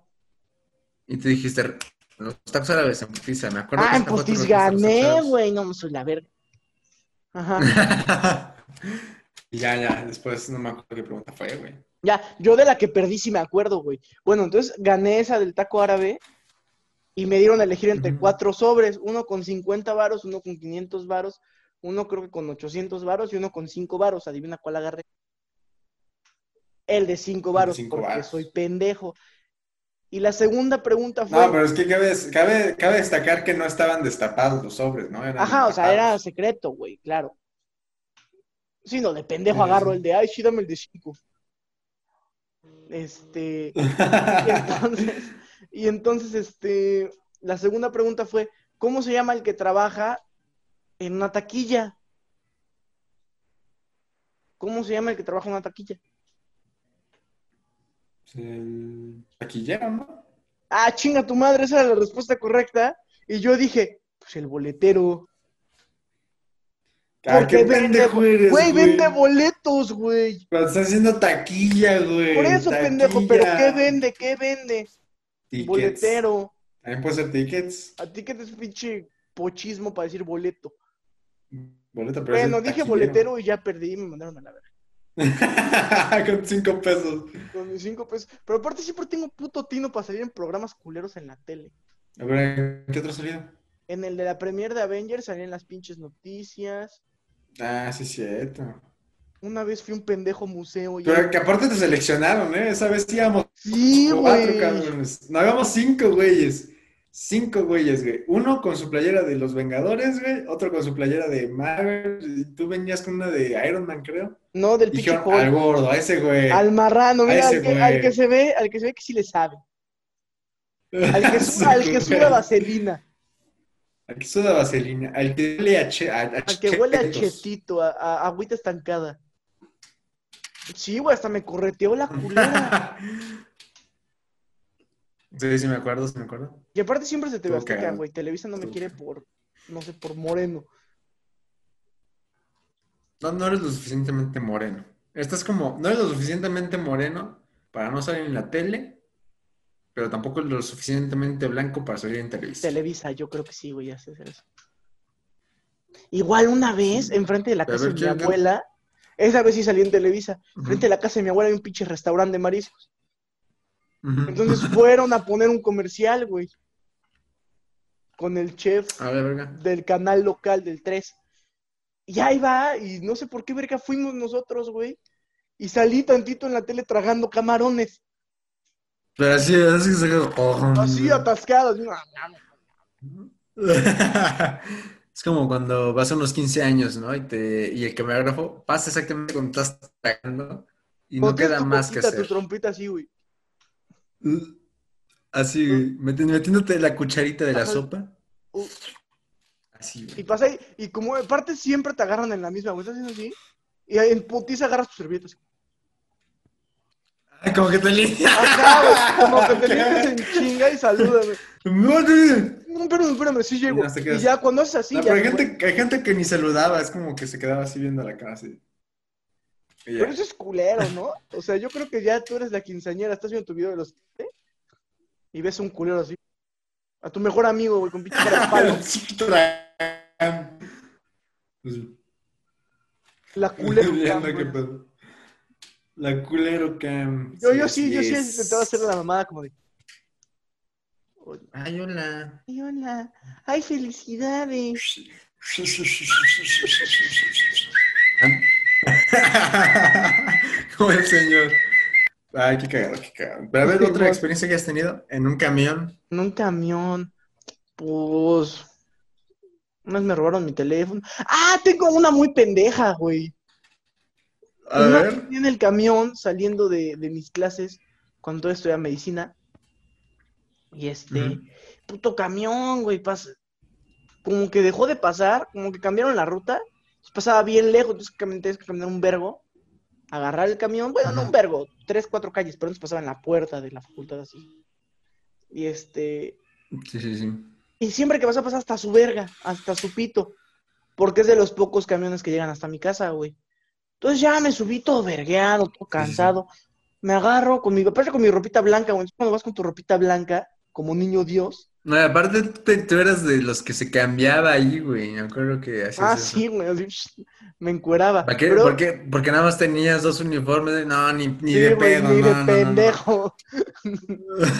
Y tú dijiste, los tacos árabes en putiza, me acuerdo.
Ah,
que
en
esa fue otra
Postis
respuesta de los tacos
gané,
árabes.
güey. No, soy la verga. Ajá.
Y ya, ya, después no me acuerdo qué pregunta fue, güey.
Ya, yo de la que perdí sí me acuerdo, güey. Bueno, entonces gané esa del taco árabe y me dieron a elegir entre
Ujú.
cuatro sobres, uno con 50 varos, uno con 500 varos, uno creo que con 800 varos y uno con 5 varos. Adivina cuál agarré. El de 5
de
varos,
cinco
porque
varos.
soy pendejo. Y la segunda pregunta fue,
No, pero es que cabe, cabe, cabe destacar que no estaban destapados los sobres, ¿no? Eran
ajá, o sea,
destapados.
era secreto, güey, claro. Sí, no, de pendejo agarro el de, ay, sí, dame el de 5. Este, y entonces, y entonces, este, la segunda pregunta fue, ¿cómo se llama el que trabaja en una taquilla? ¿Cómo se llama el que trabaja en una taquilla?
El taquillero, ¿no?
Ah, chinga tu madre, esa era la respuesta correcta. Y yo dije, pues el boletero.
Ah, qué
vende-
pendejo eres,
Güey, vende boletos, güey.
Pero está haciendo taquilla, güey.
Por eso, pendejo, pero
taquilla.
¿qué vende? ¿Qué vende?
Tickets.
Boletero.
También puede ser tickets.
A ti que te es pinche pochismo para decir boleto.
Boleta, pero es
Bueno,
el
dije
taquillero.
boletero y ya perdí y me mandaron a la verga.
Con cinco pesos.
Con mis cinco pesos. Pero aparte siempre tengo puto tino para salir en programas culeros en la tele.
A ver, ¿qué otra salida?
En el de la premier de Avengers salían las pinches noticias.
Ah, sí, cierto.
Una vez fui a un pendejo museo y...
Pero que aparte te seleccionaron, ¿eh? Esa vez íbamos
Sí,
cuatro
güey.
cabrones. No, íbamos cinco güeyes. Cinco güeyes, güey. Uno con su playera de los Vengadores, güey. Otro con su playera de Marvel. Y tú venías con una de Iron Man, creo.
No, del pinche
Dijeron
Hulk.
al gordo, a ese güey.
Al marrano,
A
mira,
ese
al que,
güey.
al que se ve, al que se ve que sí le sabe. Al que, su-
Sí,
al que
güey.
sube vaselina,
Al que suda vaselina. Al que huele a, che, a, a
al que huele a
chetos.
chetito, a, a agüita estancada. Sí, güey, hasta me correteó la culera.
Sí, sí, me acuerdo, sí, me acuerdo.
Y aparte siempre se te ve
Todo
Azteca,
cagado.
güey. Televisa no me
Todo
quiere por, no sé, por moreno.
No, no eres lo suficientemente moreno. Estás como, no eres lo suficientemente moreno para no salir en la tele, pero tampoco eres lo suficientemente blanco para salir en televisión.
Televisa, yo creo que sí, güey, ya sé hacer eso. Igual una vez, enfrente de la
A
casa
ver,
de mi
¿quién-
abuela, esa vez sí salí en Televisa,
Ujú.
frente de la casa de mi abuela hay un pinche restaurante de mariscos.
Ujú.
Entonces fueron a poner un comercial, güey. Con el chef
A ver, verga.
del canal local del 3. Y ahí va, y no sé por qué verga fuimos nosotros, güey. Y salí tantito en la tele tragando camarones,
Pero así, así que se quedó. Mm.
así atascadas.
Es como cuando vas a unos 15 años, ¿no? Y, te, y el camarógrafo pasa exactamente cuando estás tragando y no
Cuando tienes
queda
tu
más que
boquita,
hacer.
Tu trompita así, güey.
Así, meti- metiéndote la cucharita de la
Ajá.
sopa.
Uh,
Así, güey.
Y pasa ahí, y como aparte siempre te agarran en la misma, güey. Estás haciendo así. Y en putiza agarras tus servilletas.
Ah, Como que te limpias.
Acá, güey, como que te limpias en chinga y salúdame.
¡Madre!
No, espérame, espérame, sí llego.
No, te
y
quedas-
ya cuando haces así,
No,
ya.
pero hay
se fue.
gente, hay gente que ni saludaba, es como que se quedaba así viendo la cara así. Y ya.
Pero eso es culero, ¿no? O sea, yo creo que ya tú eres la quinceañera, estás viendo tu video de los 15 y ves un culero así. A tu mejor amigo, güey, con pinche cara de palo.
Pues,
La culero.
viendo
cam,
qué
güey.
pedo. La culero cam.
Yo, yo sí, yo sí
así
intentaba
es.
hacerle la mamada como de.
Ay, hola.
Ay, hola. Ay, felicidades.
Como el señor. Ay, qué cagado, qué cagado. Pero a ver,
Sí,
otra
bueno.
experiencia que has tenido en un camión.
En un camión. Pues. Unas me robaron mi teléfono. ¡Ah! Tengo una muy pendeja, güey.
A
Una vez
ver.
venía en el camión saliendo de, de mis clases cuando todavía estudiaba medicina. Y este,
Ujú.
puto camión, güey, pasa. Como que dejó de pasar, como que cambiaron la ruta. entonces Pasaba bien lejos, entonces cam- tenías que caminar un vergo. Agarrar el camión, bueno, no
Ajá.
un vergo, tres, cuatro calles, pero antes pasaba en la puerta de la facultad así. Y este,
Sí, sí, sí.
y siempre que vas a pasar hasta su verga, hasta su pito. Porque es de los pocos camiones que llegan hasta mi casa, güey. Entonces ya me subí todo vergueado, todo cansado. Me agarro con mi, aparte con mi ropita blanca, güey. Entonces, Cuando vas con tu ropita blanca, como niño Dios.
No, y aparte te- tú eras de los que se cambiaba ahí, güey. Me acuerdo que hacías
ah,
eso.
sí, güey. así, shh, me encueraba.
¿Para qué?
Pero-
¿Por qué? Porque nada más tenías dos uniformes. No, ni, ni
sí,
de
güey,
pedo,
ni
no,
de
no, no, no.
pendejo.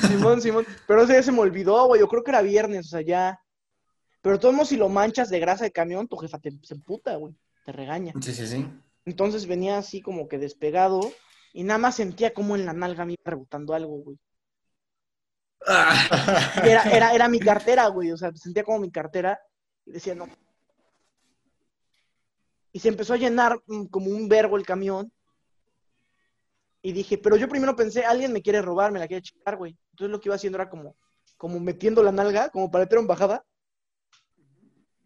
Simón, Simón. Pero ese día se me olvidó, güey. Yo creo que era viernes, o sea, ya. Pero de todos modos, si lo manchas de grasa de camión, tu jefa te, se emputa, güey. Te regaña.
Sí, sí, sí.
Entonces venía así como que despegado y nada más sentía como en la nalga me iba rebotando algo, güey.
Ah.
Era, era, era mi cartera, güey. O sea, sentía como mi cartera y decía, no. Y se empezó a llenar mm, como un vergo el camión. Y dije, pero yo primero pensé, alguien me quiere robar, me la quiere chingar, güey. Entonces lo que iba haciendo era como, como metiendo la nalga, como para en bajada.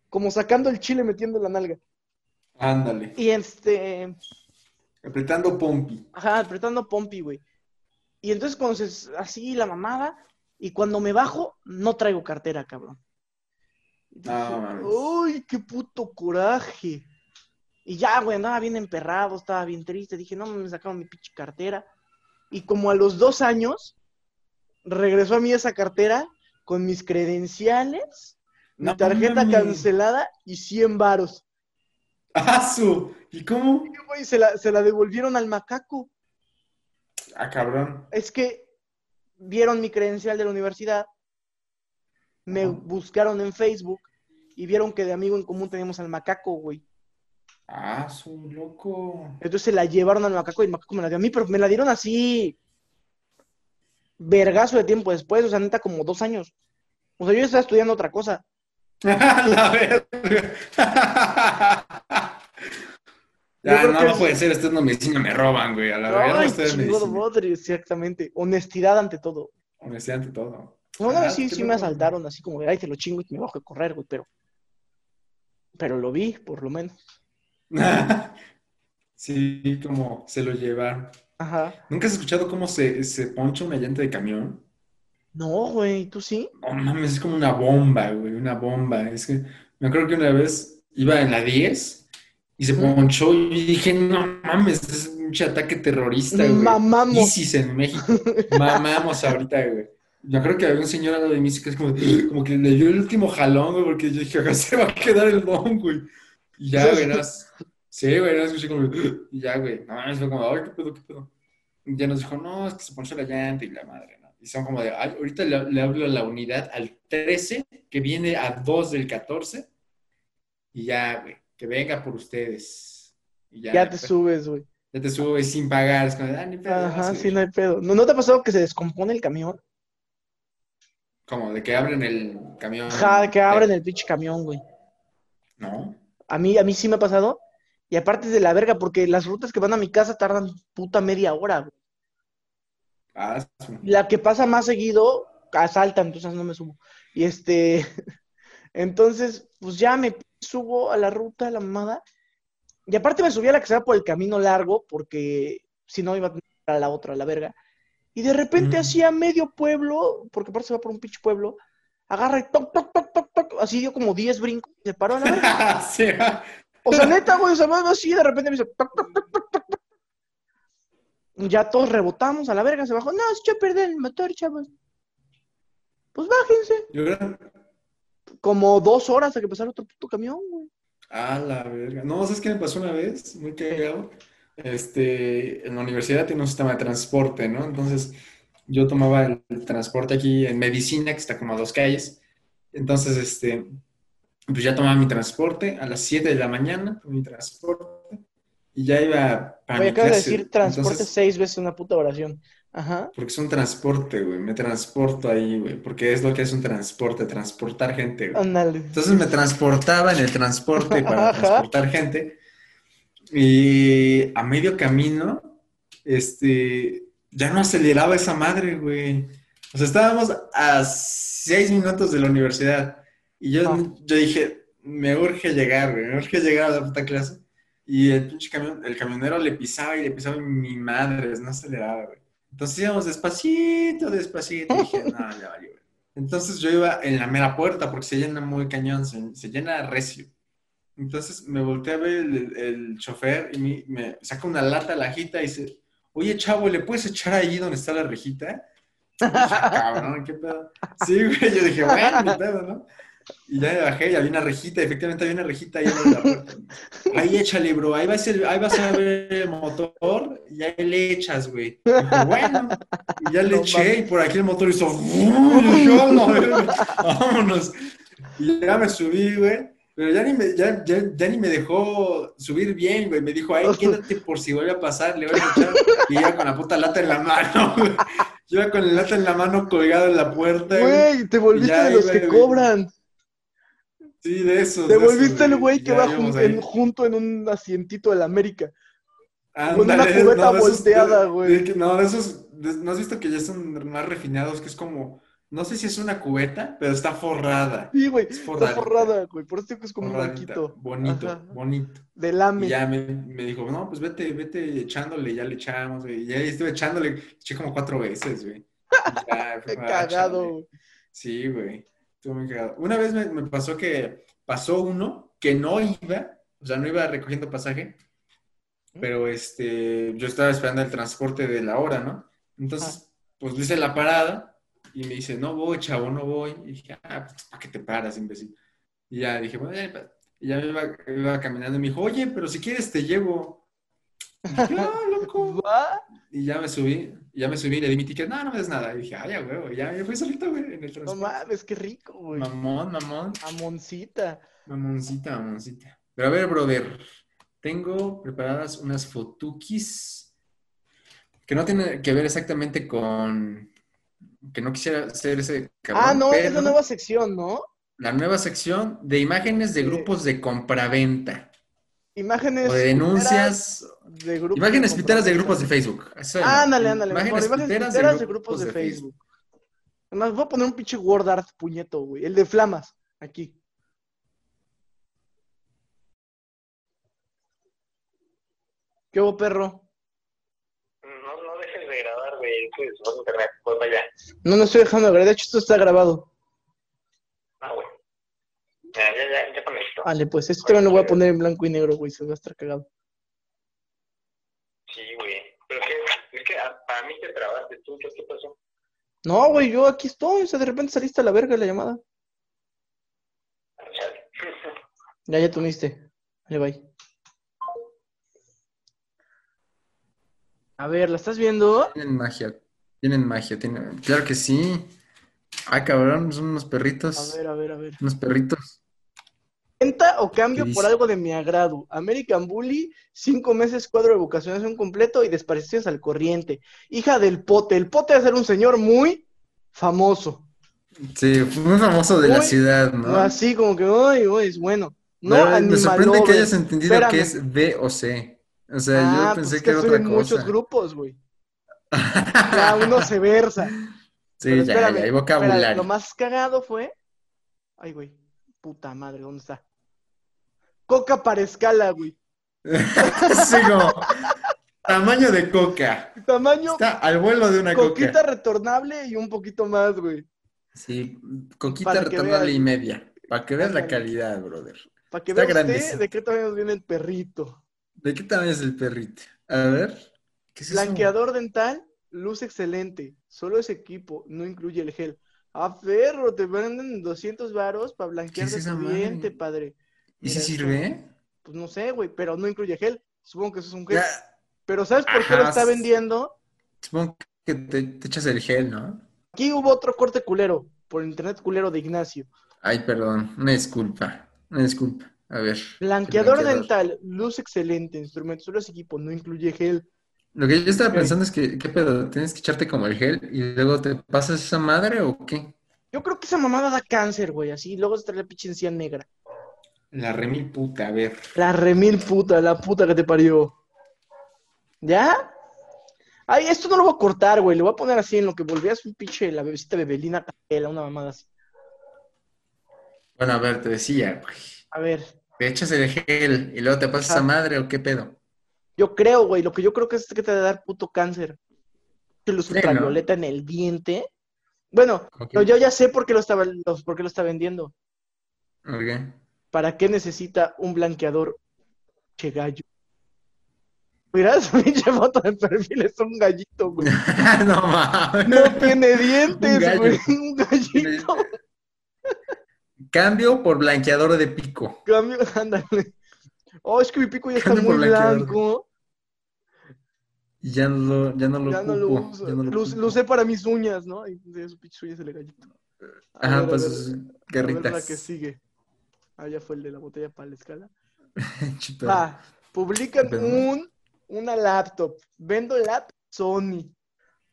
Como sacando el chile metiendo la nalga.
Ándale.
Y este,
Apretando Pompi.
Ajá, apretando Pompi, güey. Y entonces cuando se- así la mamada, y cuando me bajo, no traigo cartera, cabrón. Y dije,
No, mames.
¡Ay, qué puto coraje! Y ya, güey, andaba bien emperrado, estaba bien triste. Dije, no, me sacaron mi pinche cartera. Y como a los dos años, regresó a mí esa cartera con mis credenciales, mi
No
tarjeta
mames.
cancelada y 100 varos.
¡Asu! Ah, ¿Y cómo?
Y, güey, se la- se la devolvieron al macaco.
Ah, cabrón.
Es que vieron mi credencial de la universidad, me
Ajá.
buscaron en Facebook y vieron que de amigo en común teníamos al macaco, güey.
¡Asu, Ah, loco!
Entonces se la llevaron al macaco y el macaco me la dio a mí, pero me la dieron así. Vergazo de tiempo después, o sea, neta, como dos años. O sea, yo estaba estudiando otra cosa.
¡La verga!
Yo
Ya,
creo
no,
que
no
es-
puede ser, ustedes no medicina me roban, güey. A la verga,
Ay,
ustedes
chingado
medicina.
madre, exactamente. Honestidad ante todo.
Honestidad ante todo.
O sea, una
Ah,
vez sí,
qué
sí me
loco.
asaltaron, así como, ay, te lo chingo y me bajo a correr, güey, pero. Pero lo vi, por lo menos.
sí, como se lo llevaron.
Ajá.
¿Nunca has escuchado cómo se, se poncha una llanta de camión?
No, güey, ¿tú sí?
No mames, es como una bomba, güey, una bomba. Es que me acuerdo que una vez iba en la 10 y se
Ujú.
ponchó y dije, no mames, es un pinche ataque terrorista, güey.
Mamamos.
ISIS en México. Mamamos ahorita, güey. Yo creo que había un señor al lado de mí que es como, como que le dio el último jalón, güey, porque yo dije, acá se va a quedar el don, güey. Y ya, güey, nada más- Sí, güey, no escuché como, y ya, güey, no mames, fue como, ay, qué pedo, qué pedo. Y ya nos dijo, no, es que se ponchó la llanta y la madre, ¿no? Y son como de, ay, ahorita le, le hablo a la unidad al 13, que viene a 2 del 14, y ya, güey, que venga por ustedes. Y ya,
Ya te
pues,
subes, güey.
ya te subes sin pagar, es como de, ah, ni pedo,
Ajá,
así,
sí,
güey.
no hay pedo. ¿No, no te ha pasado que se descompone el camión?
Como de que abren el camión. Eh,
Ajá, que abren el pinche camión, güey.
No.
A mí, a mí sí me ha pasado. Y aparte es de la verga, porque las rutas que van a mi casa tardan puta media hora. güey.
Ah, su-
La que pasa más seguido, asaltan, entonces no me subo. Y este, entonces, pues ya me subo a la ruta, a la mamada. Y aparte me subí a la que se va por el camino largo, porque si no iba a tener que ir a la otra, a la verga. Y de repente
Ujú.
así a medio pueblo, porque aparte se va por un pinche pueblo, agarra y toc, toc, toc, toc, toc, así dio como 10 brincos y se paró a la verga.
Sí, ah, va.
O sea, neta, güey, o sea, más así de repente me dice toc, toc, toc, toc, toc, toc. Ya todos rebotamos a la verga, se bajó. No, se echó a perder el motor, chavos. Pues bájense.
Yo creo-
Como dos horas a que pasara otro puto camión, güey.
Ah, la verga. No, ¿sabes qué me pasó una vez? Muy cagado. Este, en la universidad tiene un sistema de transporte, ¿no? Entonces, yo tomaba el, el transporte aquí en Medicina, que está como a dos calles. Entonces, este, pues ya tomaba mi transporte a las 7 de la mañana, mi transporte, y ya iba para
Güey,
mi
acabas de
clase.
decir transporte
Ah, Entonces,
seis veces una puta oración. Ajá.
Porque es un transporte, güey. Me transporto ahí, güey. Porque es lo que es un transporte, transportar gente, güey.
Ándale.
Entonces me transportaba en el transporte para
Ajá.
transportar gente. Y a medio camino, este, ya no aceleraba esa madre, güey. O sea, estábamos a seis minutos de la universidad. Y yo,
Ah.
yo dije, me urge llegar, güey. Me urge llegar a la puta clase. Y el pinche camión, el camionero le pisaba y le pisaba y mi madre, no aceleraba, güey. Entonces íbamos despacito, despacito. Y dije, no, ya valió, güey. Entonces yo iba en la mera puerta porque se llena muy cañón, se, se llena recio. Entonces me volteé a ver el, el- el chofer y me, me saca una lata la ajita y dice, oye chavo, ¿le puedes echar ahí donde está la rejita? Y dije, "Ah, cabrón, qué pedo. Sí, güey, yo dije, bueno, ni pedo, ¿no? Y ya me bajé y había una rejita, efectivamente había una rejita ahí en la puerta. Ahí échale, bro, ahí vas, el- ahí vas a ver el motor y ahí le echas, güey. Y dije, bueno, y ya le
No
eché y por aquí el motor hizo, vámonos. Y ya me subí, güey. Pero ya ni, me, ya, ya, ya ni me dejó subir bien, güey. Me dijo, ay, quédate por si vuelve a pasar, le voy a echar. Y iba con la puta lata en la mano, güey. Yo iba con la lata en la mano colgado en la puerta, güey.
Güey, te volviste
Ya,
de los
güey,
que
güey.
cobran.
Sí, de esos.
Te
de esos,
volviste el güey que
Ya
va
íbamos
jun-
ahí.
en- junto en un asientito de la América. una cubeta
Ándale, de esos- de-
volteada,
de
güey.
que- No, de esos, de- ¿no has visto que ya son más refinados? Que es como, no sé si es una cubeta, pero está forrada.
Sí, güey.
Es
Está
forradita.
forrada, güey. Por eso digo que es como un
forradita,
banquito.
Bonito,
Ajá.
bonito.
De
Y
lame.
ya me, me dijo, no, pues vete, vete echándole, ya le echamos, güey. Y ya estuve echándole, eché como cuatro veces, güey. Y ya, fue
Qué
como, ah,
cagado,
chale.
güey.
Sí, güey. Estuvo muy cagado. Una vez me, me pasó que pasó uno que no iba, o sea, no iba recogiendo pasaje, pero este, yo estaba esperando el transporte de la hora, ¿no? Entonces, pues le hice la parada y me dice, no voy, chavo, no voy. Y dije, ah, pues, ¿para qué te paras, imbécil? Y ya dije, bueno, ya, pa-". y ya me iba, iba caminando y me dijo, oye, pero si quieres te llevo. Y dije, "Ah, loco.
Va.
Y ya me subí, y ya me subí, le di mi ticket, no, no me des nada. Y dije, ay, ya, huevo, y ya me fui solito, güey, en el
No
transporte.
mames, qué rico, güey.
Mamón, mamón.
Amoncita.
Mamoncita, mamoncita. Pero a ver, brother, tengo preparadas unas fotukis que no tienen que ver exactamente con... que no quisiera ser ese cabrón,
Ah, no, es
pero
la nueva sección, ¿no?
la nueva sección de imágenes de
Sí.
grupos de compraventa
Imágenes.
o de denuncias,
piteras De grupos
imágenes
de
piteras de
compraventa.
grupos de Facebook. Eso era.
Ándale, ándale. mejor,
Imágenes piteras de
de grupos de,
Facebook.
Facebook. Además, voy a poner un pinche word art puñeto, güey. El de flamas, aquí. ¿Qué hubo, perro?
No, no dejes de grabar, güey. Es que se internet. Pues vaya.
No, no estoy dejando de grabar. De hecho, esto está grabado.
No, Ah, güey. Ya, ya, ya, ya con esto.
Vale, pues esto también lo voy a poner en blanco y negro, güey. Se va a estar cagado.
Sí, güey. Pero es que, es que a- para mí te trabaste tú. ¿Qué, qué pasó?
No, güey, yo aquí estoy. O sea, de repente saliste a la verga de la llamada.
Ah, chale.
Ya, ya te uniste. Vale, bye. A ver, ¿la estás viendo?
Tienen magia, tienen magia, tienen... claro que sí. Ah, cabrón, son unos perritos.
A ver, a ver, a ver.
Unos perritos.
Venta o cambio
¿Qué
por
dice?
algo de mi agrado. American Bully, cinco meses, cuadro de vocaciones completo y desparecidos al corriente. Hija del pote. El pote va a ser un señor muy famoso.
Sí, fue muy famoso de la
Uy,
ciudad, ¿no?
Así como que, uy, uy, es bueno. No,
Me- me,
animal
sorprende que
lover.
hayas entendido
Espérame.
que es B o C. O sea,
Ah,
yo pensé
pues
que era
estoy
otra
en
cosa.
muchos grupos, güey. Ya uno se versa.
sí,
Pero
ya,
espérame,
ya, hay
espérame,
vocabulario.
Lo más cagado fue. Ay, güey. Puta madre, ¿dónde está? Coca para escala, güey.
Sí, como, tamaño de coca.
Tamaño,
Está al vuelo de una
coquita
coca.
retornable y un poquito más, güey.
Sí, coquita
Para que
retornable
veas.
y media. Para que veas la
Ándale.
calidad, brother.
Para que
Está
vea usted
grandecito.
de qué tamaño nos viene el perrito.
¿De qué tamaño es el perrito? A ver. ¿Qué es eso?
Blanqueador dental, luz excelente. Solo ese equipo, no incluye el gel. A ferro, te venden 200 varos para
¿Qué
blanquear
es
de
esa
tu
madre?
diente, padre.
¿Y si
Mira,
sirve?
Pues no sé, güey, pero no incluye gel. Supongo que eso es un gel.
Ya,
Pero ¿sabes por qué lo
Ajá,
está
sí.
vendiendo?
supongo que te, te echas el gel, ¿no?
Aquí hubo otro corte culero, por internet culero de Ignacio.
Ay, perdón, una disculpa, una disculpa. A ver.
Blanqueador,
Blanqueador.
dental, luz excelente, instrumento, solo ese equipo, no incluye gel.
Lo que yo estaba
Ok.
pensando es que, ¿qué pedo? ¿Tienes que echarte como el gel y luego te pasas esa madre o qué?
Yo creo que esa mamada da cáncer, güey, así. Luego se trae la pinche encía negra.
La remil puta, a ver.
La remil puta, la puta que te parió. ¿Ya? Ay, esto no lo voy a cortar, güey. Lo voy a poner así en lo que volvías un pinche la bebecita bebelina capela, una mamada así.
Bueno, a ver, te decía, güey.
A ver,
Te echas el gel y luego te pasas
Ajá.
esa madre o qué pedo.
yo creo, güey, lo que yo creo que es que te va a dar puto cáncer. Que luz
Sí,
ultravioleta en el diente. Bueno,
¿Cómo que-
no, yo ya sé por qué lo estaba, los- por qué lo está vendiendo.
Ok.
¿Para qué necesita un blanqueador? Che gallo. Mira su pinche foto de perfil, es un gallito, güey.
no mames.
No tiene dientes,
gallo.
güey. Un gallito.
Cambio por blanqueador de pico.
Cambio, ándale. Oh, es que mi pico ya está
Cambio por
muy
blanqueador.
blanco.
Y ya no, lo- ya no lo
Ya no lo
ocupo,
uso.
ya no lo
Lo, us-
ocupo.
lo usé para mis uñas, ¿no? Y de su pinche uñas el gallito. A ver, a
Ajá, pues, para
ver,
sus
a ver la
garritas.
que sigue. Ah, ya fue el de la botella para la escala.
Chipero.
Ah, publican
Pero-
un, una laptop. Vendo laptop Sony.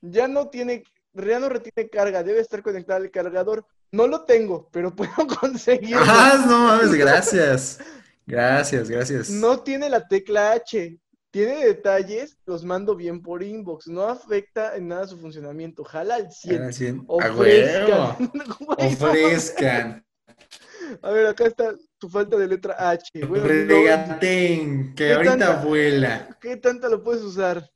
Ya no tiene, ya no retiene carga, debe estar conectada al cargador. No lo tengo, pero puedo conseguirlo.
Ah, no mames, gracias. Gracias, gracias.
No tiene la tecla H. Tiene detalles, los mando bien por inbox. No afecta en nada su funcionamiento. Jala al 100.
Gracias. Ah, A huevo.
Ofrezcan. Güey, no mames.
Ofrezcan.
A ver, acá está tu falta de letra H. güey, no-
Regaten, que
¿Qué
ahorita
tanta-
vuela.
¿Qué tanta lo puedes usar?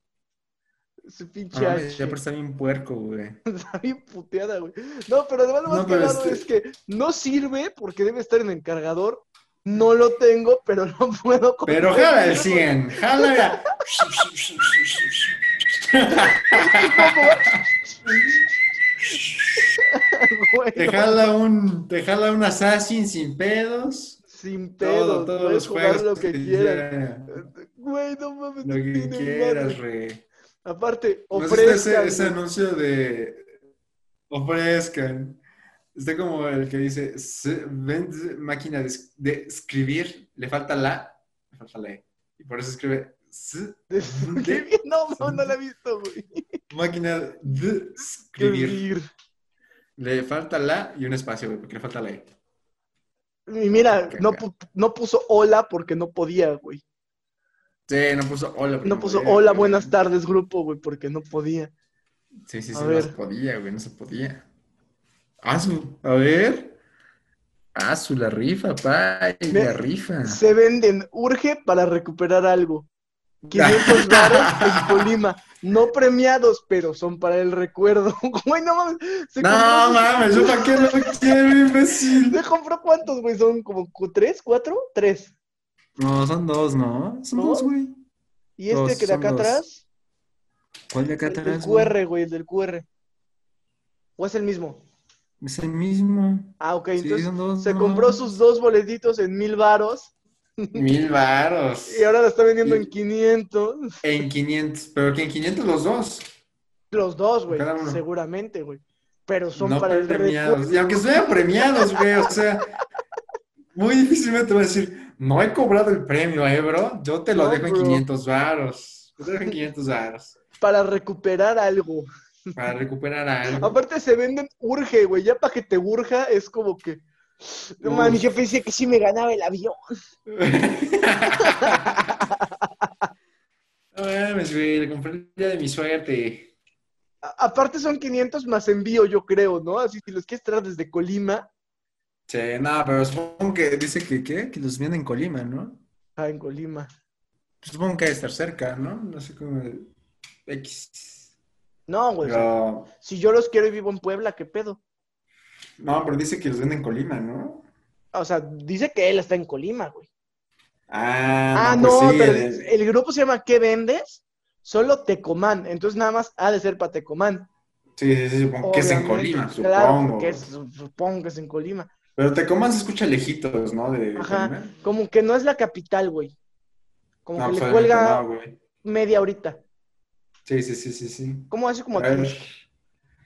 Su pinche
No,
H.
ya pero está bien puerco, güey.
Está bien puteada, güey. No, pero además lo más
No, pero
cagado
este-
es que no sirve porque debe estar en el cargador. No lo tengo, pero no puedo
Pero
conseguirlo.
jala el 100, jala.
Güey,
Te jala un, te jala un assassin sin pedos.
Sin pedo,
Todo, todos
puedes
los
jugar
juegos.
lo que
te
quieras.
llevan.
Güey, no mames,
Lo
no
que
tiene
quieras,
madre.
re.
Aparte,
¿No has visto ese,
ofrezcan,
ese
güey.
anuncio de ofrezcan? Está como el que dice, "Se- vende máquina de, es- de escribir, le falta la, le falta la E. Y por eso escribe, "Se-
Qué bien, No, no, no la he visto, güey.
máquina de escribir.
Escribir.
Le falta la y un espacio, güey, porque le falta la E.
Y mira,
Qué
no,
cagado.
pu- no puso hola porque no podía, güey.
Sí, no puso hola. porque
No puso
podía,
hola,
güey.
buenas tardes, grupo, güey, porque no podía.
Sí, sí,
A
sí, no
ver.
se podía, güey, no se podía. Azu, a ver. Azu, la rifa, pa,
Ve-
la rifa.
Se venden, urge para recuperar algo. 500 baros en Colima. No premiados, pero son para el recuerdo. Güey, no mames. se
No
compró-
mames, yo para qué lo quiero, imbécil.
¿Se compró cuántos, güey? Son como cu- tres, cuatro, tres.
No, son dos, ¿no? Son
¿No?
dos, güey.
Y este
Dos,
que de
son
acá
dos.
atrás,
¿Cuál de acá
el del
atrás? güey?
Este QR, güey, el del QR. ¿O es el mismo?
Es el mismo.
Ah, ok,
Sí,
entonces
son dos.
se
no.
compró sus dos boletitos en mil varos
Mil varos.
y ahora la está vendiendo
Y-
en 500.
En 500, pero que en 500 los dos.
Los dos, güey,
Cada uno.
seguramente, güey. Pero son
no
para el recuerdo.
premiados. Y aunque sean premiados, güey, o sea, muy difícilmente voy a decir, no he cobrado el premio, eh, bro. Yo te lo
No,
dejo en
bro.
500 varos. Yo te dejo en 500 varos.
Para recuperar algo.
Para recuperar algo.
Aparte se venden urge, güey. Ya para que te urja es como que... No,
Uf.
mames, mi jefe decía que sí me ganaba el avión.
No mames, güey, le compré el día de mi suerte.
A- aparte son 500 más envío, yo creo, ¿no? Así si los quieres traer desde Colima,
Sí, nada, pero supongo que dice que, ¿qué? Que los vienen en Colima, ¿no?
ah, en Colima.
Supongo que debe estar cerca, ¿no? No sé cómo. X.
No, güey. o sea,
Pero.
Si yo los quiero y vivo en Puebla, ¿qué pedo?
No, pero dice que los venden en Colima, ¿no?
O sea, dice que él está en Colima, güey.
Ah,
Ah,
pues
no,
sí,
pero
el-
el grupo se llama ¿Qué vendes? Solo Tecomán. Entonces nada más ha de ser para Tecomán.
Sí, sí, sí, supongo que es en
Obviamente,
Colima,
Claro,
supongo.
porque es- supongo que es en Colima.
Pero Tecomán se escucha lejitos, ¿no? De
Ajá.
Colima.
Como que no es la capital, güey. Como
No,
que
pues,
le
obviamente
cuelga
no, güey.
media horita.
Sí, sí, sí, sí, sí.
¿Cómo hace como
A
aquí?
ver,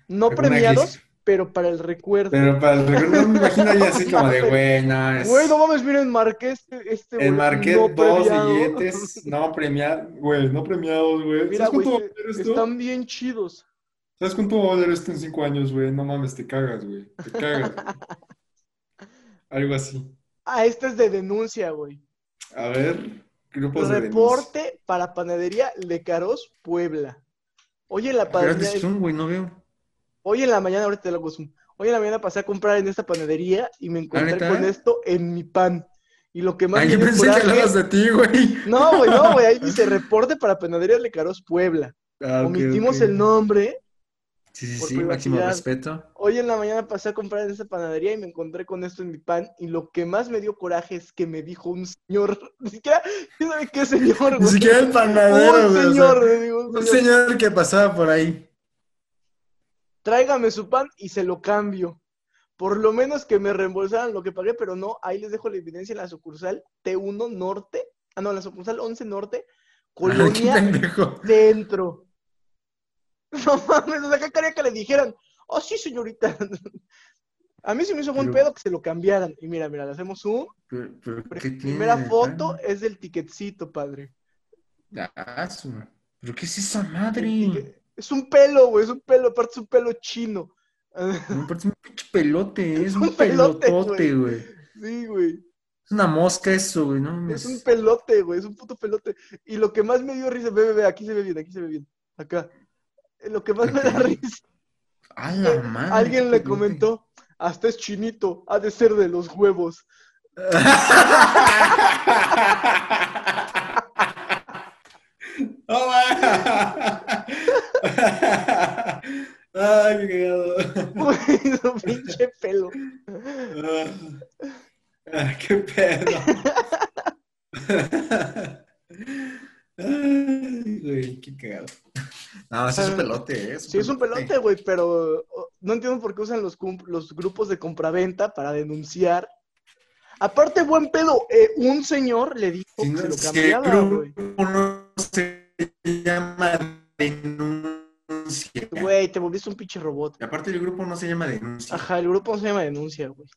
No
alguna
premiados,
X.
pero para el recuerdo.
Pero para el recuerdo, no me imagino ya así como de, güey, no, es...
Güey, no mames, miren, marqué este, este boletín
Enmarqué
no
Pues, dos
premiado.
billetes no premiados, güey, no premiados, güey.
Mira,
¿Sabes cuánto
güey,
va a valer esto?
Están bien chidos.
¿Sabes cuánto va a valer esto en cinco años, güey? No mames, te cagas, güey. Te cagas. güey. Algo así.
Ah, este es de denuncia, güey.
A ver, grupos Pues, de denuncia.
Reporte para panadería Lecaros, Puebla. Oye, la
Pero este
panadería.
antes Zoom, güey, no veo.
Hoy en la mañana, ahorita te lo hago zoom. Hoy en la mañana pasé a comprar en esta panadería y me encontré
¿neta?
con esto en mi pan. Y lo que más
Ay,
me
yo
dio
pensé que
coraje-
hablabas de ti, güey.
No, güey, no, güey. Ahí dice reporte para panadería Lecaros Puebla.
Ah, ok,
Omitimos
ok.
el nombre.
Sí, sí,
por
sí, máximo
privacidad.
respeto.
Hoy en la mañana pasé a comprar en esta panadería y me encontré con esto en mi pan. Y lo que más me dio coraje es que me dijo un señor. Ni siquiera, ¿quién sabe qué señor,
Ni
güey?
siquiera el panadero,
Un
güey. o sea,
señor, le digo, un
un
señor.
señor que pasaba por ahí.
tráigame su pan y se lo cambio. Por lo menos que me reembolsaran lo que pagué, pero no, ahí les dejo la evidencia en la sucursal T1 Norte, ah, no, en la sucursal 11 Norte,
Qué
Colonia
pendejo.
Centro. No mames, o sea, ¿qué quería que le dijeran? Oh, sí, señorita. A mí se me hizo buen
Pero-
pedo que se lo cambiaran. Y mira, mira, le hacemos zoom.
Pero- pero
Pri-
¿qué
Primera
tiene,
foto
pan?
es del tiquetcito, padre.
Ah, su- ¿Pero qué es esa
El
madre?
ticket- Es un pelo, güey, es un pelo, aparte es un pelo chino.
No me parece un pinche pelote, es
un
un,
Um pelote,
pelotote, güey.
Sí, güey.
Es una mosca eso, güey, no mames.
Es un pelote, güey, es un puto pelote. Y lo que más me dio risa, ve, ve, ve, aquí se ve bien, aquí se ve bien, acá. Eh, Lo que más me da
Acá.
risa,
A la madre.
Eh, alguien
qué
le
pelote.
comentó, hasta es chinito, ha de ser de los huevos.
No mames. Ay, qué cagado.
Güey, su pinche pelo.
Ah, qué pedo. Ay, güey, qué cagado. No, sí es un pelote, ¿eh?
Ah, Sí, es un pelote, güey, pero oh, no entiendo por qué usan los, cum- los grupos de compraventa para denunciar. Aparte, buen pedo, eh, un señor le dijo
Si
que
no,
se lo
es que
cambiaba, güey.
grupo no se llama denuncia.
Güey, te volviste un pinche robot.
Y aparte el grupo no se llama denuncia.
Ajá, el grupo no se llama denuncia, güey.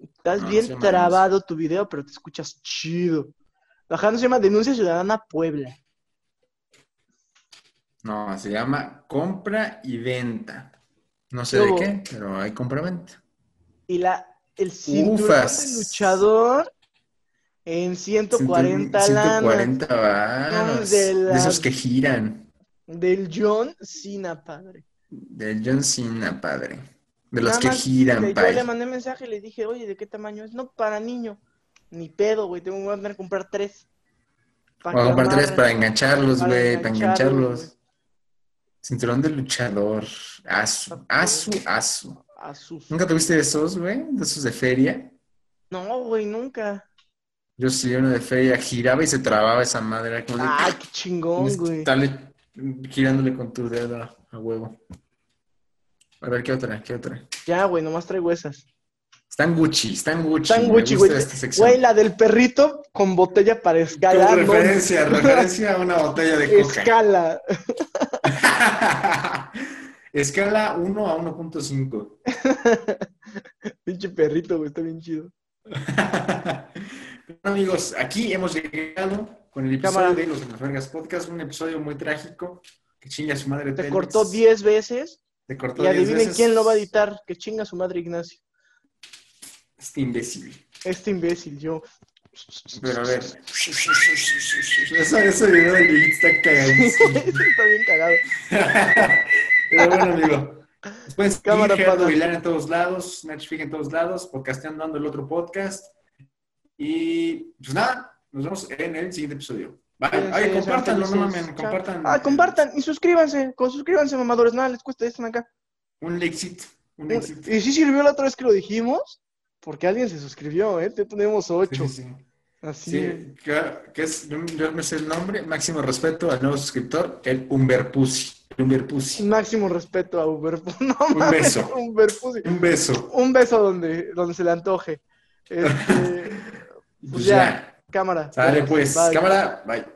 Estás
No, no
bien
se llama
trabado tu video, pero te escuchas chido. Ajá, no se llama Denuncia Ciudadana Puebla.
No, se llama compra y venta. No sé
¿Qué
de
hubo?
qué, pero hay compra-venta.
Y la, el cinturón
Ufas.
de luchador en 140 lanas
140 varas.
No, de
De,
la-
esos que giran.
del John Cena, padre.
De John Cena, padre. De los
Nada
que
más
giran,
Que yo
padre.
le mandé mensaje y le dije, oye, ¿de qué tamaño es? No, para niño. Ni pedo, güey. Tengo que andar a comprar tres.
Voy a comprar tres para engancharlos,
para
güey. Para
engancharlos,
engancharlos. Cinturón de luchador. Asu, asu, asu.
A sus...
¿Nunca tuviste esos, güey? De esos de feria.
No, güey, nunca.
Yo sí, uno de feria giraba y se trababa esa madre. era Como de- "Ah,
Ay, qué chingón, Ah, güey.
Dale, girándole con tu dedo a huevo. A ver, ¿qué otra? ¿Qué otra?
Ya, güey, nomás traigo esas.
Están Gucci, están Gucci.
Tan
me
Gucci,
gusta
güey.
esta sección.
Güey, la del perrito con botella para
Como
escalar. ¿no?
referencia, referencia a una botella de coca.
Escala.
Escala 1 a 1.5.
Pinche perrito, güey, está bien chido.
Bueno, amigos, aquí hemos llegado con el episodio
Cámara.
de Los Enfergas Podcast, un episodio muy trágico que chinga a su madre.
Te
Telmex.
cortó 10 veces
Te cortó
y
10
adivinen
veces.
quién lo va a editar. Que chinga su madre Ignacio.
Este imbécil.
Este imbécil, yo.
Pero a ver. Eso, eso video del Luigi está
Este
cagadísimo.
está bien cagado.
Pero bueno, amigo. Después,
Cámara,
Cámara Gerardo
panas.
Aguilar en todos lados, Nacho Figa en todos lados, podcasteando dando el otro podcast. Y pues nada, nos vemos en el siguiente episodio. Bye.
Cuídense,
Ay,
sean
compártanlo, no
felices.
mamen,
Chao.
compartan. eh,
Ah, compartan y suscríbanse. Con suscríbanse, mamadores. Nada, les cuesta, ya están acá.
Un likecito, un
Y
likecito.
sí sirvió la otra vez que lo dijimos. Porque alguien se suscribió, ¿eh? Ya tenemos
Sí,
8.
sí, sí.
Así.
Sí, que, que es, yo, yo me sé el nombre, máximo respeto al nuevo suscriptor, el Umberpusi. El Umberpusi.
Máximo respeto a Uber. No
Un
mames,
beso.
Uber Pussy.
Un beso.
Un beso donde, donde se le antoje. Este,
Pues
Ya.
ya.
cámara.
Sale
Vamos,
pues.
bye.
Cámara, bye.